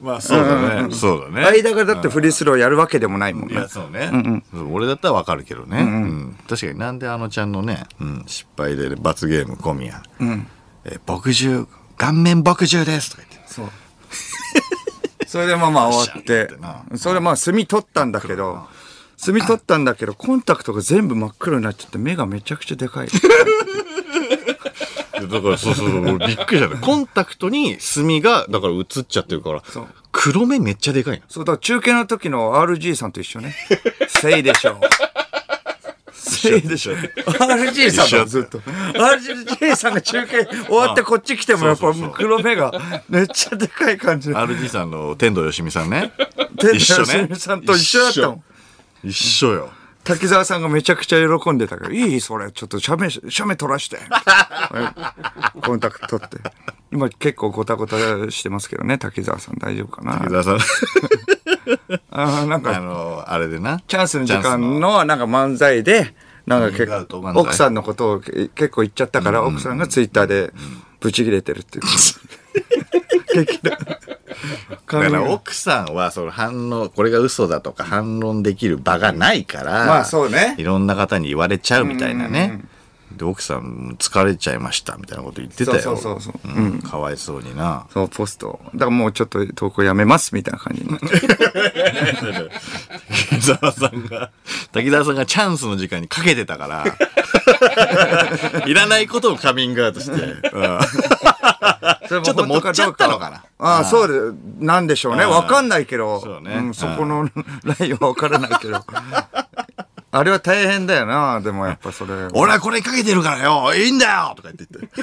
Speaker 2: まあ、そうだね。そうだね。
Speaker 3: 間がだってフリースローやるわけでもないもん
Speaker 2: い
Speaker 3: ね
Speaker 2: や、。そうね。そう俺だったらわかるけどね、うん確かになんであのちゃんのね、うん失敗で罰ゲーム込みや。えー、墨汁、顔面墨汁ですとか言って。
Speaker 3: そう。 それでまあまあ終わっ
Speaker 2: よってしゃって、な
Speaker 3: それまあ墨取ったんだけど、墨取ったんだけど、コンタクトが全部真っ黒になっちゃって、目がめちゃくちゃでかい。
Speaker 2: だから、そうそうそう、俺びっくり したね。コンタクトに墨が、だから映っちゃってるから
Speaker 3: そう、
Speaker 2: 黒目めっちゃでかいな。
Speaker 3: そうだ、中継の時の RG さんと一緒ね。せいでしょう。せ いでしょう。RG さんだもんずっと。RG さんが中継終わってこっち来てもやっ
Speaker 2: そ
Speaker 3: ぱ
Speaker 2: うそうそう
Speaker 3: 黒目がめっちゃでかい感じ。
Speaker 2: RG さんの天童よしみさんね。
Speaker 3: 天童
Speaker 2: 一緒ね
Speaker 3: よしみさんと一緒だったもん。
Speaker 2: 一緒よ。
Speaker 3: 滝沢さんがめちゃくちゃ喜んでた けど、いいそれ、ちょっと写メ、写メ取らして。 コンタクト取って。今結構ごたごたしてますけどね、滝沢さん大丈夫か
Speaker 2: 伊
Speaker 3: な。
Speaker 2: 沢さん、
Speaker 3: あーなんか
Speaker 2: あの、あれでな。
Speaker 3: チャンスの時
Speaker 2: チャンス
Speaker 3: 間のなんか漫才で、なんか結
Speaker 2: リングアウト漫才
Speaker 3: 構、奥さんのことをけ結構言っちゃったから、奥さんがツイッターでブチ切れてる っていう。激怒
Speaker 2: だ
Speaker 3: 髪
Speaker 2: か
Speaker 3: が
Speaker 2: ら奥さんはその反応これが嘘だとか反論できる場がないから、
Speaker 3: まあそうね
Speaker 2: いろんな方に言われちゃうみたいなね、で奥さん疲れちゃいましたみたいなこと言ってたよ
Speaker 3: そうそうそうそう
Speaker 2: うんかわいそうにな
Speaker 3: そう、ポスト。だからもうちょっと投稿やめますみたいな感じになっちゃう
Speaker 2: 滝沢さんが滝沢さんがチャンスの時間にかけてたから いらないことをカミングアウトして、うん
Speaker 3: それも
Speaker 2: ちょっと持っちゃったのかな
Speaker 3: ああ、そうで、なんでしょうね。
Speaker 2: うん
Speaker 3: わかんないけど、
Speaker 2: そうね
Speaker 3: んそこの ラインはわからないけど。 あれは大変だよな、でもやっぱそれ。
Speaker 2: 俺はこれかけてるからよいいんだよとか言ってて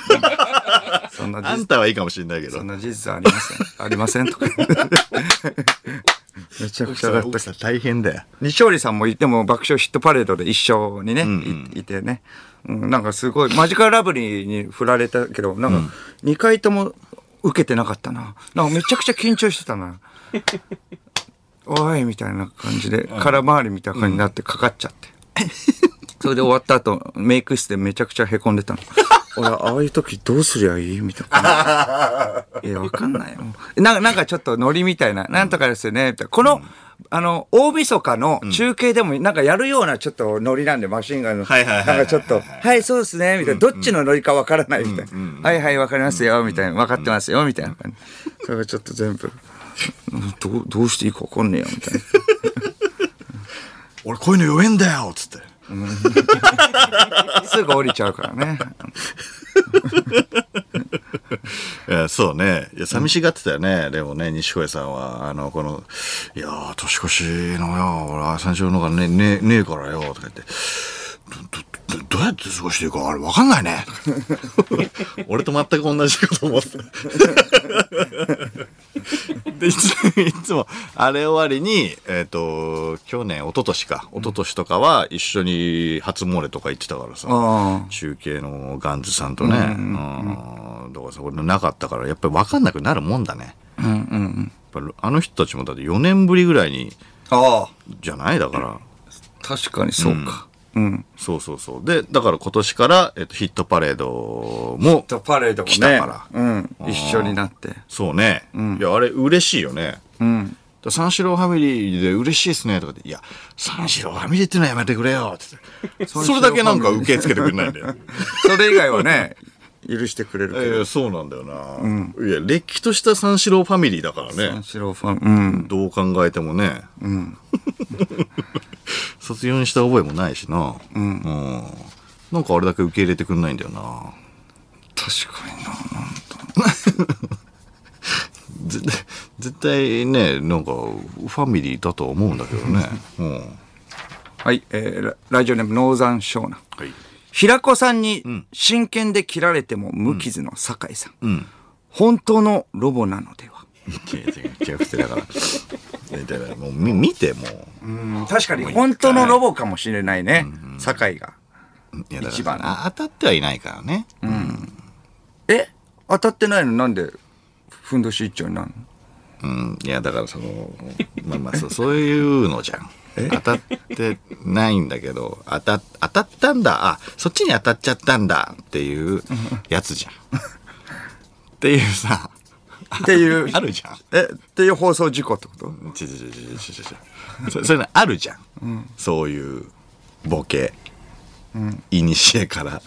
Speaker 3: そんな
Speaker 2: あんたはいいかもしれないけど
Speaker 3: そんな事実はありません。ありません とか。めちゃく
Speaker 2: 奥
Speaker 3: ち
Speaker 2: さ
Speaker 3: ゃ
Speaker 2: ん
Speaker 3: だった
Speaker 2: 奥。さん大変だよ
Speaker 3: 西織さんもいても爆笑ヒットパレードで一緒にね、いいてね。うん、なんかすごい、マジカルラブリーに振られたけど、なんか2回とも受けてなかったな。なんかめちゃくちゃ緊張してたな。おいみたいな感じで、空回りみたいな感じになってかかっちゃって。それで終わった後、メイク室でめちゃくちゃ凹ん でたの。俺、ああいう時どうすりゃいいみたいな。いや、わかんないよ。なんか、なんかちょっとノリみたいな、なんとかですよね、みたいな。この、あの、大晦日の中継でも、なんかやるようなちょっとノリなんで、マシンガンの。
Speaker 2: はいはいはいはい
Speaker 3: なんかちょっと、はい、そうですね、みたいな。どっちのノリかわからない、みたいな。はいはい、わかりますよ、みたいな。わかってますよ、みたいな感じ。それがちょっと全部、どう、どうしていいかわかんねえよ、みたいな。
Speaker 2: 俺こういうの弱えんだよつって
Speaker 3: すぐ降りちゃうか らね。
Speaker 2: いやそうね。いや、寂しがってたよね。でもね、西越さんは、あの、この、いやー、年越しのよ、俺、あ三四郎のがね、ね、ねえからよ、とか言って、ど、ど、どどうやって過ごしていいか、あれ、わかんないね。 俺と全く同じこと思って でいついつもあれ終わりに、えっと去年一昨年か一昨年とかは一緒に初詣とか行ってたからさ
Speaker 3: あ
Speaker 2: 中継のガンズさんとねうんだからそこなかったからやっぱり分かんなくなるもんだねやっぱあの人たちもだって4年ぶりぐらいに
Speaker 3: ああ。
Speaker 2: じゃないだから
Speaker 3: 確かにそうか。うん。
Speaker 2: そうそうそうでだから今年から、えっとヒットパレードも
Speaker 3: とパレードもね。
Speaker 2: 来たから
Speaker 3: うん。一緒になって。
Speaker 2: そうね、いやあれ嬉しいよね
Speaker 3: うん。
Speaker 2: だ三四郎ファミリーで嬉しいですねとかって、いや、三四郎ファミリーってのはやめてくれよって言って
Speaker 3: 三四
Speaker 2: そ
Speaker 3: 郎
Speaker 2: れだけなんか受け付けてくれないんだよ。
Speaker 3: それ以外はね、 許してくれ
Speaker 2: い
Speaker 3: るけ
Speaker 2: や
Speaker 3: ど。
Speaker 2: いや そうなんだよな。いや、れっきとした三四郎ファミリーだからね
Speaker 3: 三。四郎ファン。うん。
Speaker 2: どう考えてもね。 卒業にした覚えもないしな。うん。なんかあれだけ受け入れてくれないんだよな。
Speaker 3: 確かにな。
Speaker 2: ぜ絶対ね、なんか、ファミリーだとは思うんだけど ね。うん。
Speaker 3: はい。えーララジオネーム、ノーザンショーナ。
Speaker 2: はい。
Speaker 3: 平子さんに真剣で切られても無傷の酒井さん。
Speaker 2: ん
Speaker 3: 本当のロボなのでは
Speaker 2: 違う違う違うくてだから。だからもうみ見てもう。
Speaker 3: 確かに本当のロボかもしれないね。酒井が。
Speaker 2: いやだから
Speaker 3: 一番ね
Speaker 2: あ当たってはいないからね、
Speaker 3: え当たってないのなんで、ふんどし一丁になるの
Speaker 2: うんいやだからそのまあまあそうそういうのじゃん当たってないんだけど当た当たったんだあそっちに当たっちゃったんだっていうやつ じゃんっていうさ
Speaker 3: って いう。
Speaker 2: あるじゃん
Speaker 3: え、っていう放送事故ってこと
Speaker 2: ちちちちちちちそそういうのあるじゃん、そういうボケいにしえから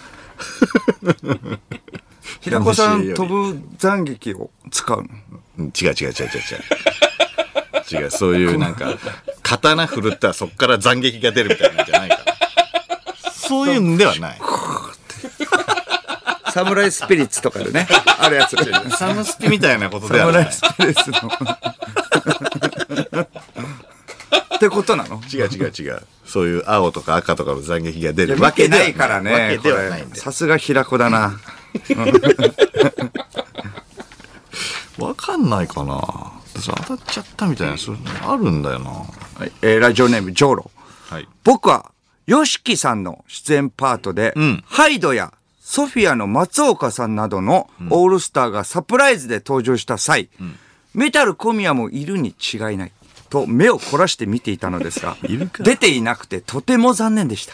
Speaker 3: 平子さん飛ぶ斬撃を使うの
Speaker 2: うん違う違う違う違う違う違う、そういうなんか、刀振るったらそっから斬撃が出るみたいなんじゃないから。そういうんではない。
Speaker 3: サムライスピリッツとかでね、 あるやつ。サ
Speaker 2: サムスピみたいなことでは
Speaker 3: ム
Speaker 2: な
Speaker 3: ラ
Speaker 2: い
Speaker 3: イ。スピリッツの。ってことなの
Speaker 2: 違う違う違う。そういう青とか赤とかの斬撃が出る
Speaker 3: わ
Speaker 2: わ
Speaker 3: け
Speaker 2: けでは
Speaker 3: な
Speaker 2: ない
Speaker 3: いからね。
Speaker 2: わけではないん
Speaker 3: こ
Speaker 2: で
Speaker 3: れ。さすが平子だな。
Speaker 2: わかんないかな。私当たっちゃったみたいな、そういうのあるんだよな。
Speaker 3: はいえーラジオネーム、ジョーロ。
Speaker 2: はい。
Speaker 3: 僕は、ヨシキさんの出演パートで、ハイドやソフィアの松岡さんなどのオールスターがサプライズで登場した際、メタル小宮もいるに違いないと目を凝らして見ていたのですが
Speaker 2: いる、か
Speaker 3: 出ていなくてとても残念でした。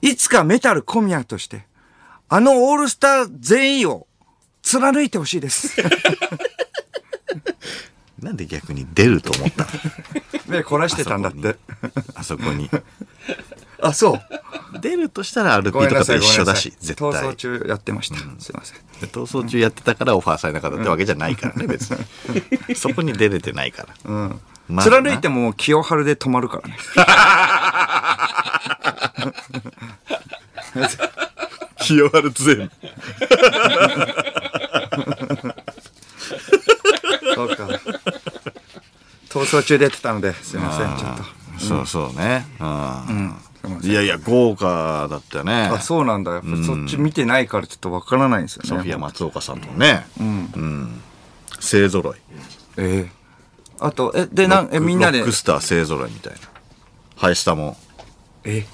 Speaker 3: いつかメタル小宮として、あのオールスター全員を貫いてほし いです。
Speaker 2: なんで逆に出ると思 ったの
Speaker 3: 目凝らしてたんだって。
Speaker 2: あそこに。
Speaker 3: あ、そう。
Speaker 2: 出るとしたらアルピ
Speaker 3: ごめ
Speaker 2: ー
Speaker 3: ん
Speaker 2: と
Speaker 3: な
Speaker 2: か
Speaker 3: さ
Speaker 2: と
Speaker 3: い、
Speaker 2: 一緒
Speaker 3: ごめんな
Speaker 2: だ
Speaker 3: さい
Speaker 2: し、。絶
Speaker 3: 逃走
Speaker 2: 対。
Speaker 3: 中やってました。すいません。
Speaker 2: で逃走中やってたからオファーされなかったってわけじゃないからね、別 に。そこに出れてないから。まあ
Speaker 3: 貫いてももう清春で止まるからね。
Speaker 2: 清原つえ
Speaker 3: そうか。逃走中出てたので、すいません、ちょっと。
Speaker 2: そうそうね。うん。いやいや、豪華だったね。
Speaker 3: あ、そうなんだ。やっぱそっち見てないからちょっとわからないんですよね。
Speaker 2: ソフィア松岡さんとね。うん。勢ぞろい。
Speaker 3: ええあと、え、で、なん、え、みんな
Speaker 2: ロ
Speaker 3: で
Speaker 2: ック。スター勢ぞろいみたいな。ハイスタも。
Speaker 3: え、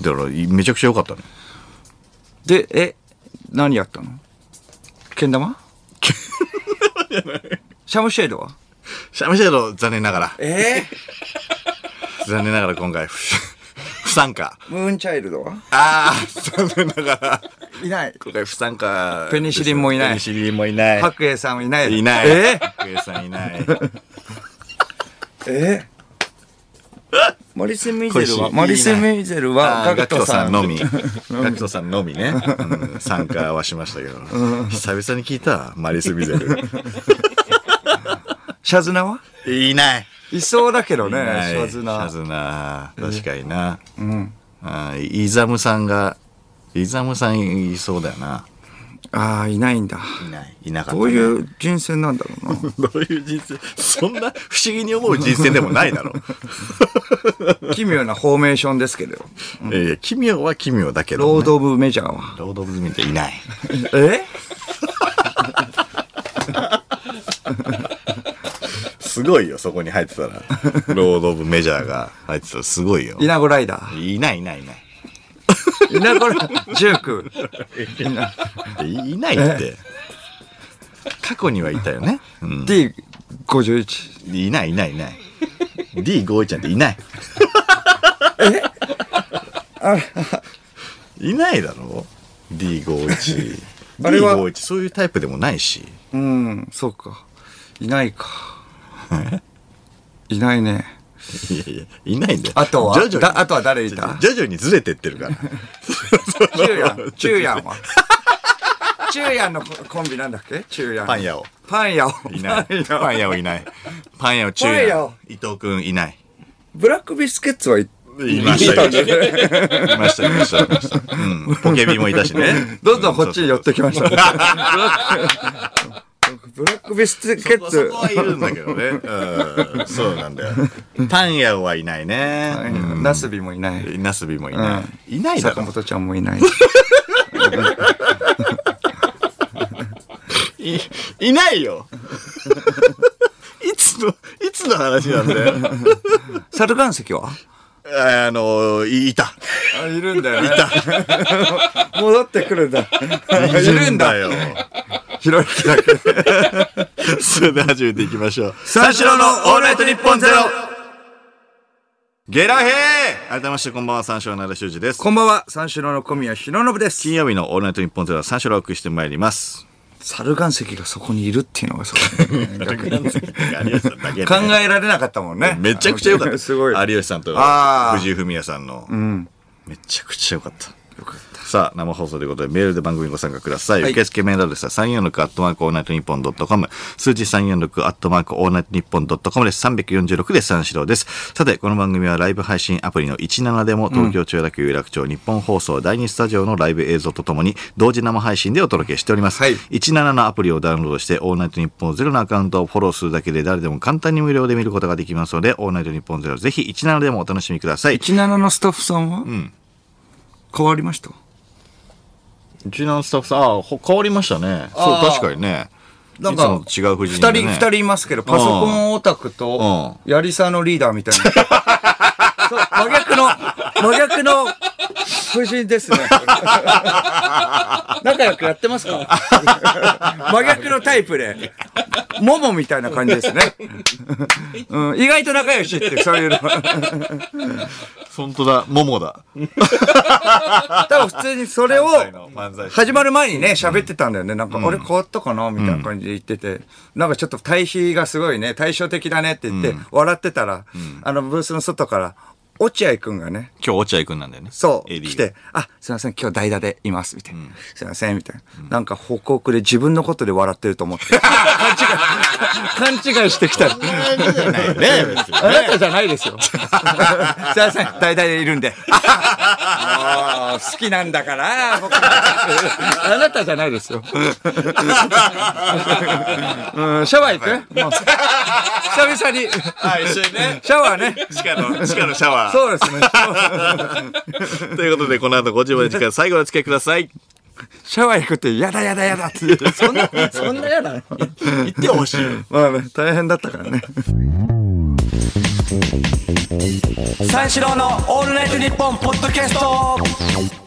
Speaker 2: だから、めちゃくちゃ良かったね。
Speaker 3: で、え、何やったのけん 玉シャムシェードは
Speaker 2: シャミシェード、残念ながら。
Speaker 3: え
Speaker 2: 残念ながら今回、 不参加。
Speaker 3: ムーンチャイルドは
Speaker 2: ああ、残念ながら。
Speaker 3: いない。
Speaker 2: 今回不参加。
Speaker 3: ペニシリンもいない
Speaker 2: ペニシリンもいない。
Speaker 3: 白栄さんはいない。
Speaker 2: いない。
Speaker 3: え
Speaker 2: クエさんいない。
Speaker 3: えマリス・ミゼル
Speaker 2: 恋
Speaker 3: は
Speaker 2: しい
Speaker 3: マリス・ミゼルは
Speaker 2: あーガ
Speaker 3: ガ
Speaker 2: ク
Speaker 3: ク
Speaker 2: ト
Speaker 3: ト
Speaker 2: さ
Speaker 3: さ
Speaker 2: ん
Speaker 3: ん
Speaker 2: のみ。ガクトさんのみね。うん参加はしましたけど。久々に聞いた、マリス・ビゼル。
Speaker 3: シャズナはい
Speaker 2: ない。
Speaker 3: いそうだけど
Speaker 2: い
Speaker 3: ね、
Speaker 2: ない
Speaker 3: シャズナ。
Speaker 2: シャズナ確かにな。あーイザムさんが、イザムさんいそうだよな。
Speaker 3: ああ、いないんだ。
Speaker 2: いない。いなかったね。
Speaker 3: どういう人生なんだろうな。
Speaker 2: どういう人生そんな不思議に思う人生でもないだ ろ。
Speaker 3: 奇妙な フォーメーションですけど。
Speaker 2: いやいや奇妙は奇妙だけど、ね。
Speaker 3: ロード・オブ・メジャーは。
Speaker 2: ロード・オブ・ズ・ミンっていない。
Speaker 3: え
Speaker 2: すごいよ、そこに入ってた ら。ロード・オブ・メジャーが入ってたらすごいよ。
Speaker 3: イナゴライダー。
Speaker 2: いないいないいない。
Speaker 3: イナゴライダー、ジューク。
Speaker 2: いいないって。 過去にはいたよね。うん。
Speaker 3: D51。
Speaker 2: いないいないいない。D51 ちゃんってい ない。えいないだろ ?D51。
Speaker 3: あれは
Speaker 2: D51 そういうタイプでもないし。
Speaker 3: うん、そうか。いないか。いないね。
Speaker 2: いやいや、いないんだよ。
Speaker 3: あとは
Speaker 2: 徐々に
Speaker 3: だあとは誰いた
Speaker 2: 徐々にずれてってるから。
Speaker 3: チューヤ ン、チューヤンは。チューヤンのココンビなんだっけチューヤン。
Speaker 2: パン屋を。
Speaker 3: パン屋を。
Speaker 2: いない。パン屋をいない。パン屋を中
Speaker 3: パン屋
Speaker 2: や
Speaker 3: を
Speaker 2: 伊藤くんいない。
Speaker 3: ブラックビスケッツはい
Speaker 2: いましたよ。いました、いました、いました。うん。ポケビもいたしね。
Speaker 3: どんどんこっちに寄ってきま した。ブラックブラックビス
Speaker 2: そ
Speaker 3: ケッ
Speaker 2: こそ
Speaker 3: ツ
Speaker 2: こ。はいるんだけどね。うん。そうなんだよ。パン屋はいないね。
Speaker 3: ナスビもいない。
Speaker 2: なすびもいない。いないだ
Speaker 3: 坂
Speaker 2: ろ。
Speaker 3: 本ちゃんもい ない。
Speaker 2: いいないよ。いつの、いつの話なんだよ。
Speaker 3: サル岩石は
Speaker 2: あの、いいた。
Speaker 3: あ、いるんだよね。 戻ってくるんだ。いるんだ。
Speaker 2: よ。
Speaker 3: ひろゆきだけ。
Speaker 2: それでは始めていきましょう。
Speaker 3: 三四郎のオールナイトニッポンゼロ
Speaker 2: ゲラヘー改めましてこんばんは、三四郎の修二です。
Speaker 3: こんばんは、三四郎の小宮弘信です
Speaker 2: 金。曜日のオールナイトニッポンゼロは三四郎をお送りしてまいります。
Speaker 3: 猿岩石がそこにいるっていうのがすご いね逆に
Speaker 2: 有吉さんだけね
Speaker 3: 考えられなかったもんね。
Speaker 2: めちゃくちゃ良かった。
Speaker 3: すごい。
Speaker 2: 有吉さんと
Speaker 3: あー
Speaker 2: 藤井フミヤさんの。めちゃくちゃ良かった。さあ、生放送ということで、メールで番組にご参加ください。受付メールアドレスは346アットマークオールナイトニッポンドットコム。数字346アットマークオールナイトニッポンドットコムです。346で三四郎です。さて、この番組はライブ配信アプリの17でも、東京千代田区有楽町日本放送第2スタジオのライブ映像とともに、同時生配信でお届けしております。
Speaker 3: はい
Speaker 2: 17のアプリをダウンロードして、オールナイトニッポンゼロのアカウントをフォローするだけで、誰でも簡単に無料で見ることができますので、オールナイトニッポンゼロ、ぜひ17でもお楽しみください。
Speaker 3: 17のスタッフさんは、変わりました
Speaker 2: うちのスタッフさん、あ、ほ変わりましたね。そう、
Speaker 3: あー
Speaker 2: 確かにね。
Speaker 3: ないん
Speaker 2: つ
Speaker 3: か
Speaker 2: も違う夫人
Speaker 3: 二
Speaker 2: で
Speaker 3: 人、
Speaker 2: ね。
Speaker 3: 二人いますけど、パソコンオタクと、やりさのリーダーみたいな。そう真逆の、真逆の夫人ですね。仲良くやってますか真逆のタイプで、モモみたいな感じですね。うん、意外と仲良しっていう、そういうの。
Speaker 2: 本当だ、ももだ。
Speaker 3: 多分普通にそれを、
Speaker 2: 漫才
Speaker 3: 始まる前にね、喋ってたんだよね。なんか、俺変わったかなみたいな感じで言ってて、なんかちょっと対比がすごいね、対照的だねって言って、笑ってたら、あの、ブースの外から、落合くんがね、
Speaker 2: 今日、落合くんなんだよね。
Speaker 3: そう、
Speaker 2: AD
Speaker 3: 来て、あ、すいません、今日代打でいます、みたいな。すいません、みたいな。なんか、報告で自分のことで笑ってると思って。 勘違い、勘違いしてきた。
Speaker 2: ないね、別に
Speaker 3: あなたじゃないで すよ。すいません、大々でいるんで。あー好きなんだから、僕あなたじゃないですよ。うん、シャワー行くもう久々に。
Speaker 2: はい、一緒にね。
Speaker 3: シャワーね。
Speaker 2: 地下の、地下のシャワー。
Speaker 3: そうですね。
Speaker 2: ということで、この後5時まで時間、最後のお付き合いください。
Speaker 3: シャワー行くって、やだやだやだって。 そんな、そんなやだな。
Speaker 2: 言ってほしい。
Speaker 3: まあね、大変だったからね。
Speaker 4: 三四郎のオールナイトニッポンポッドキャスト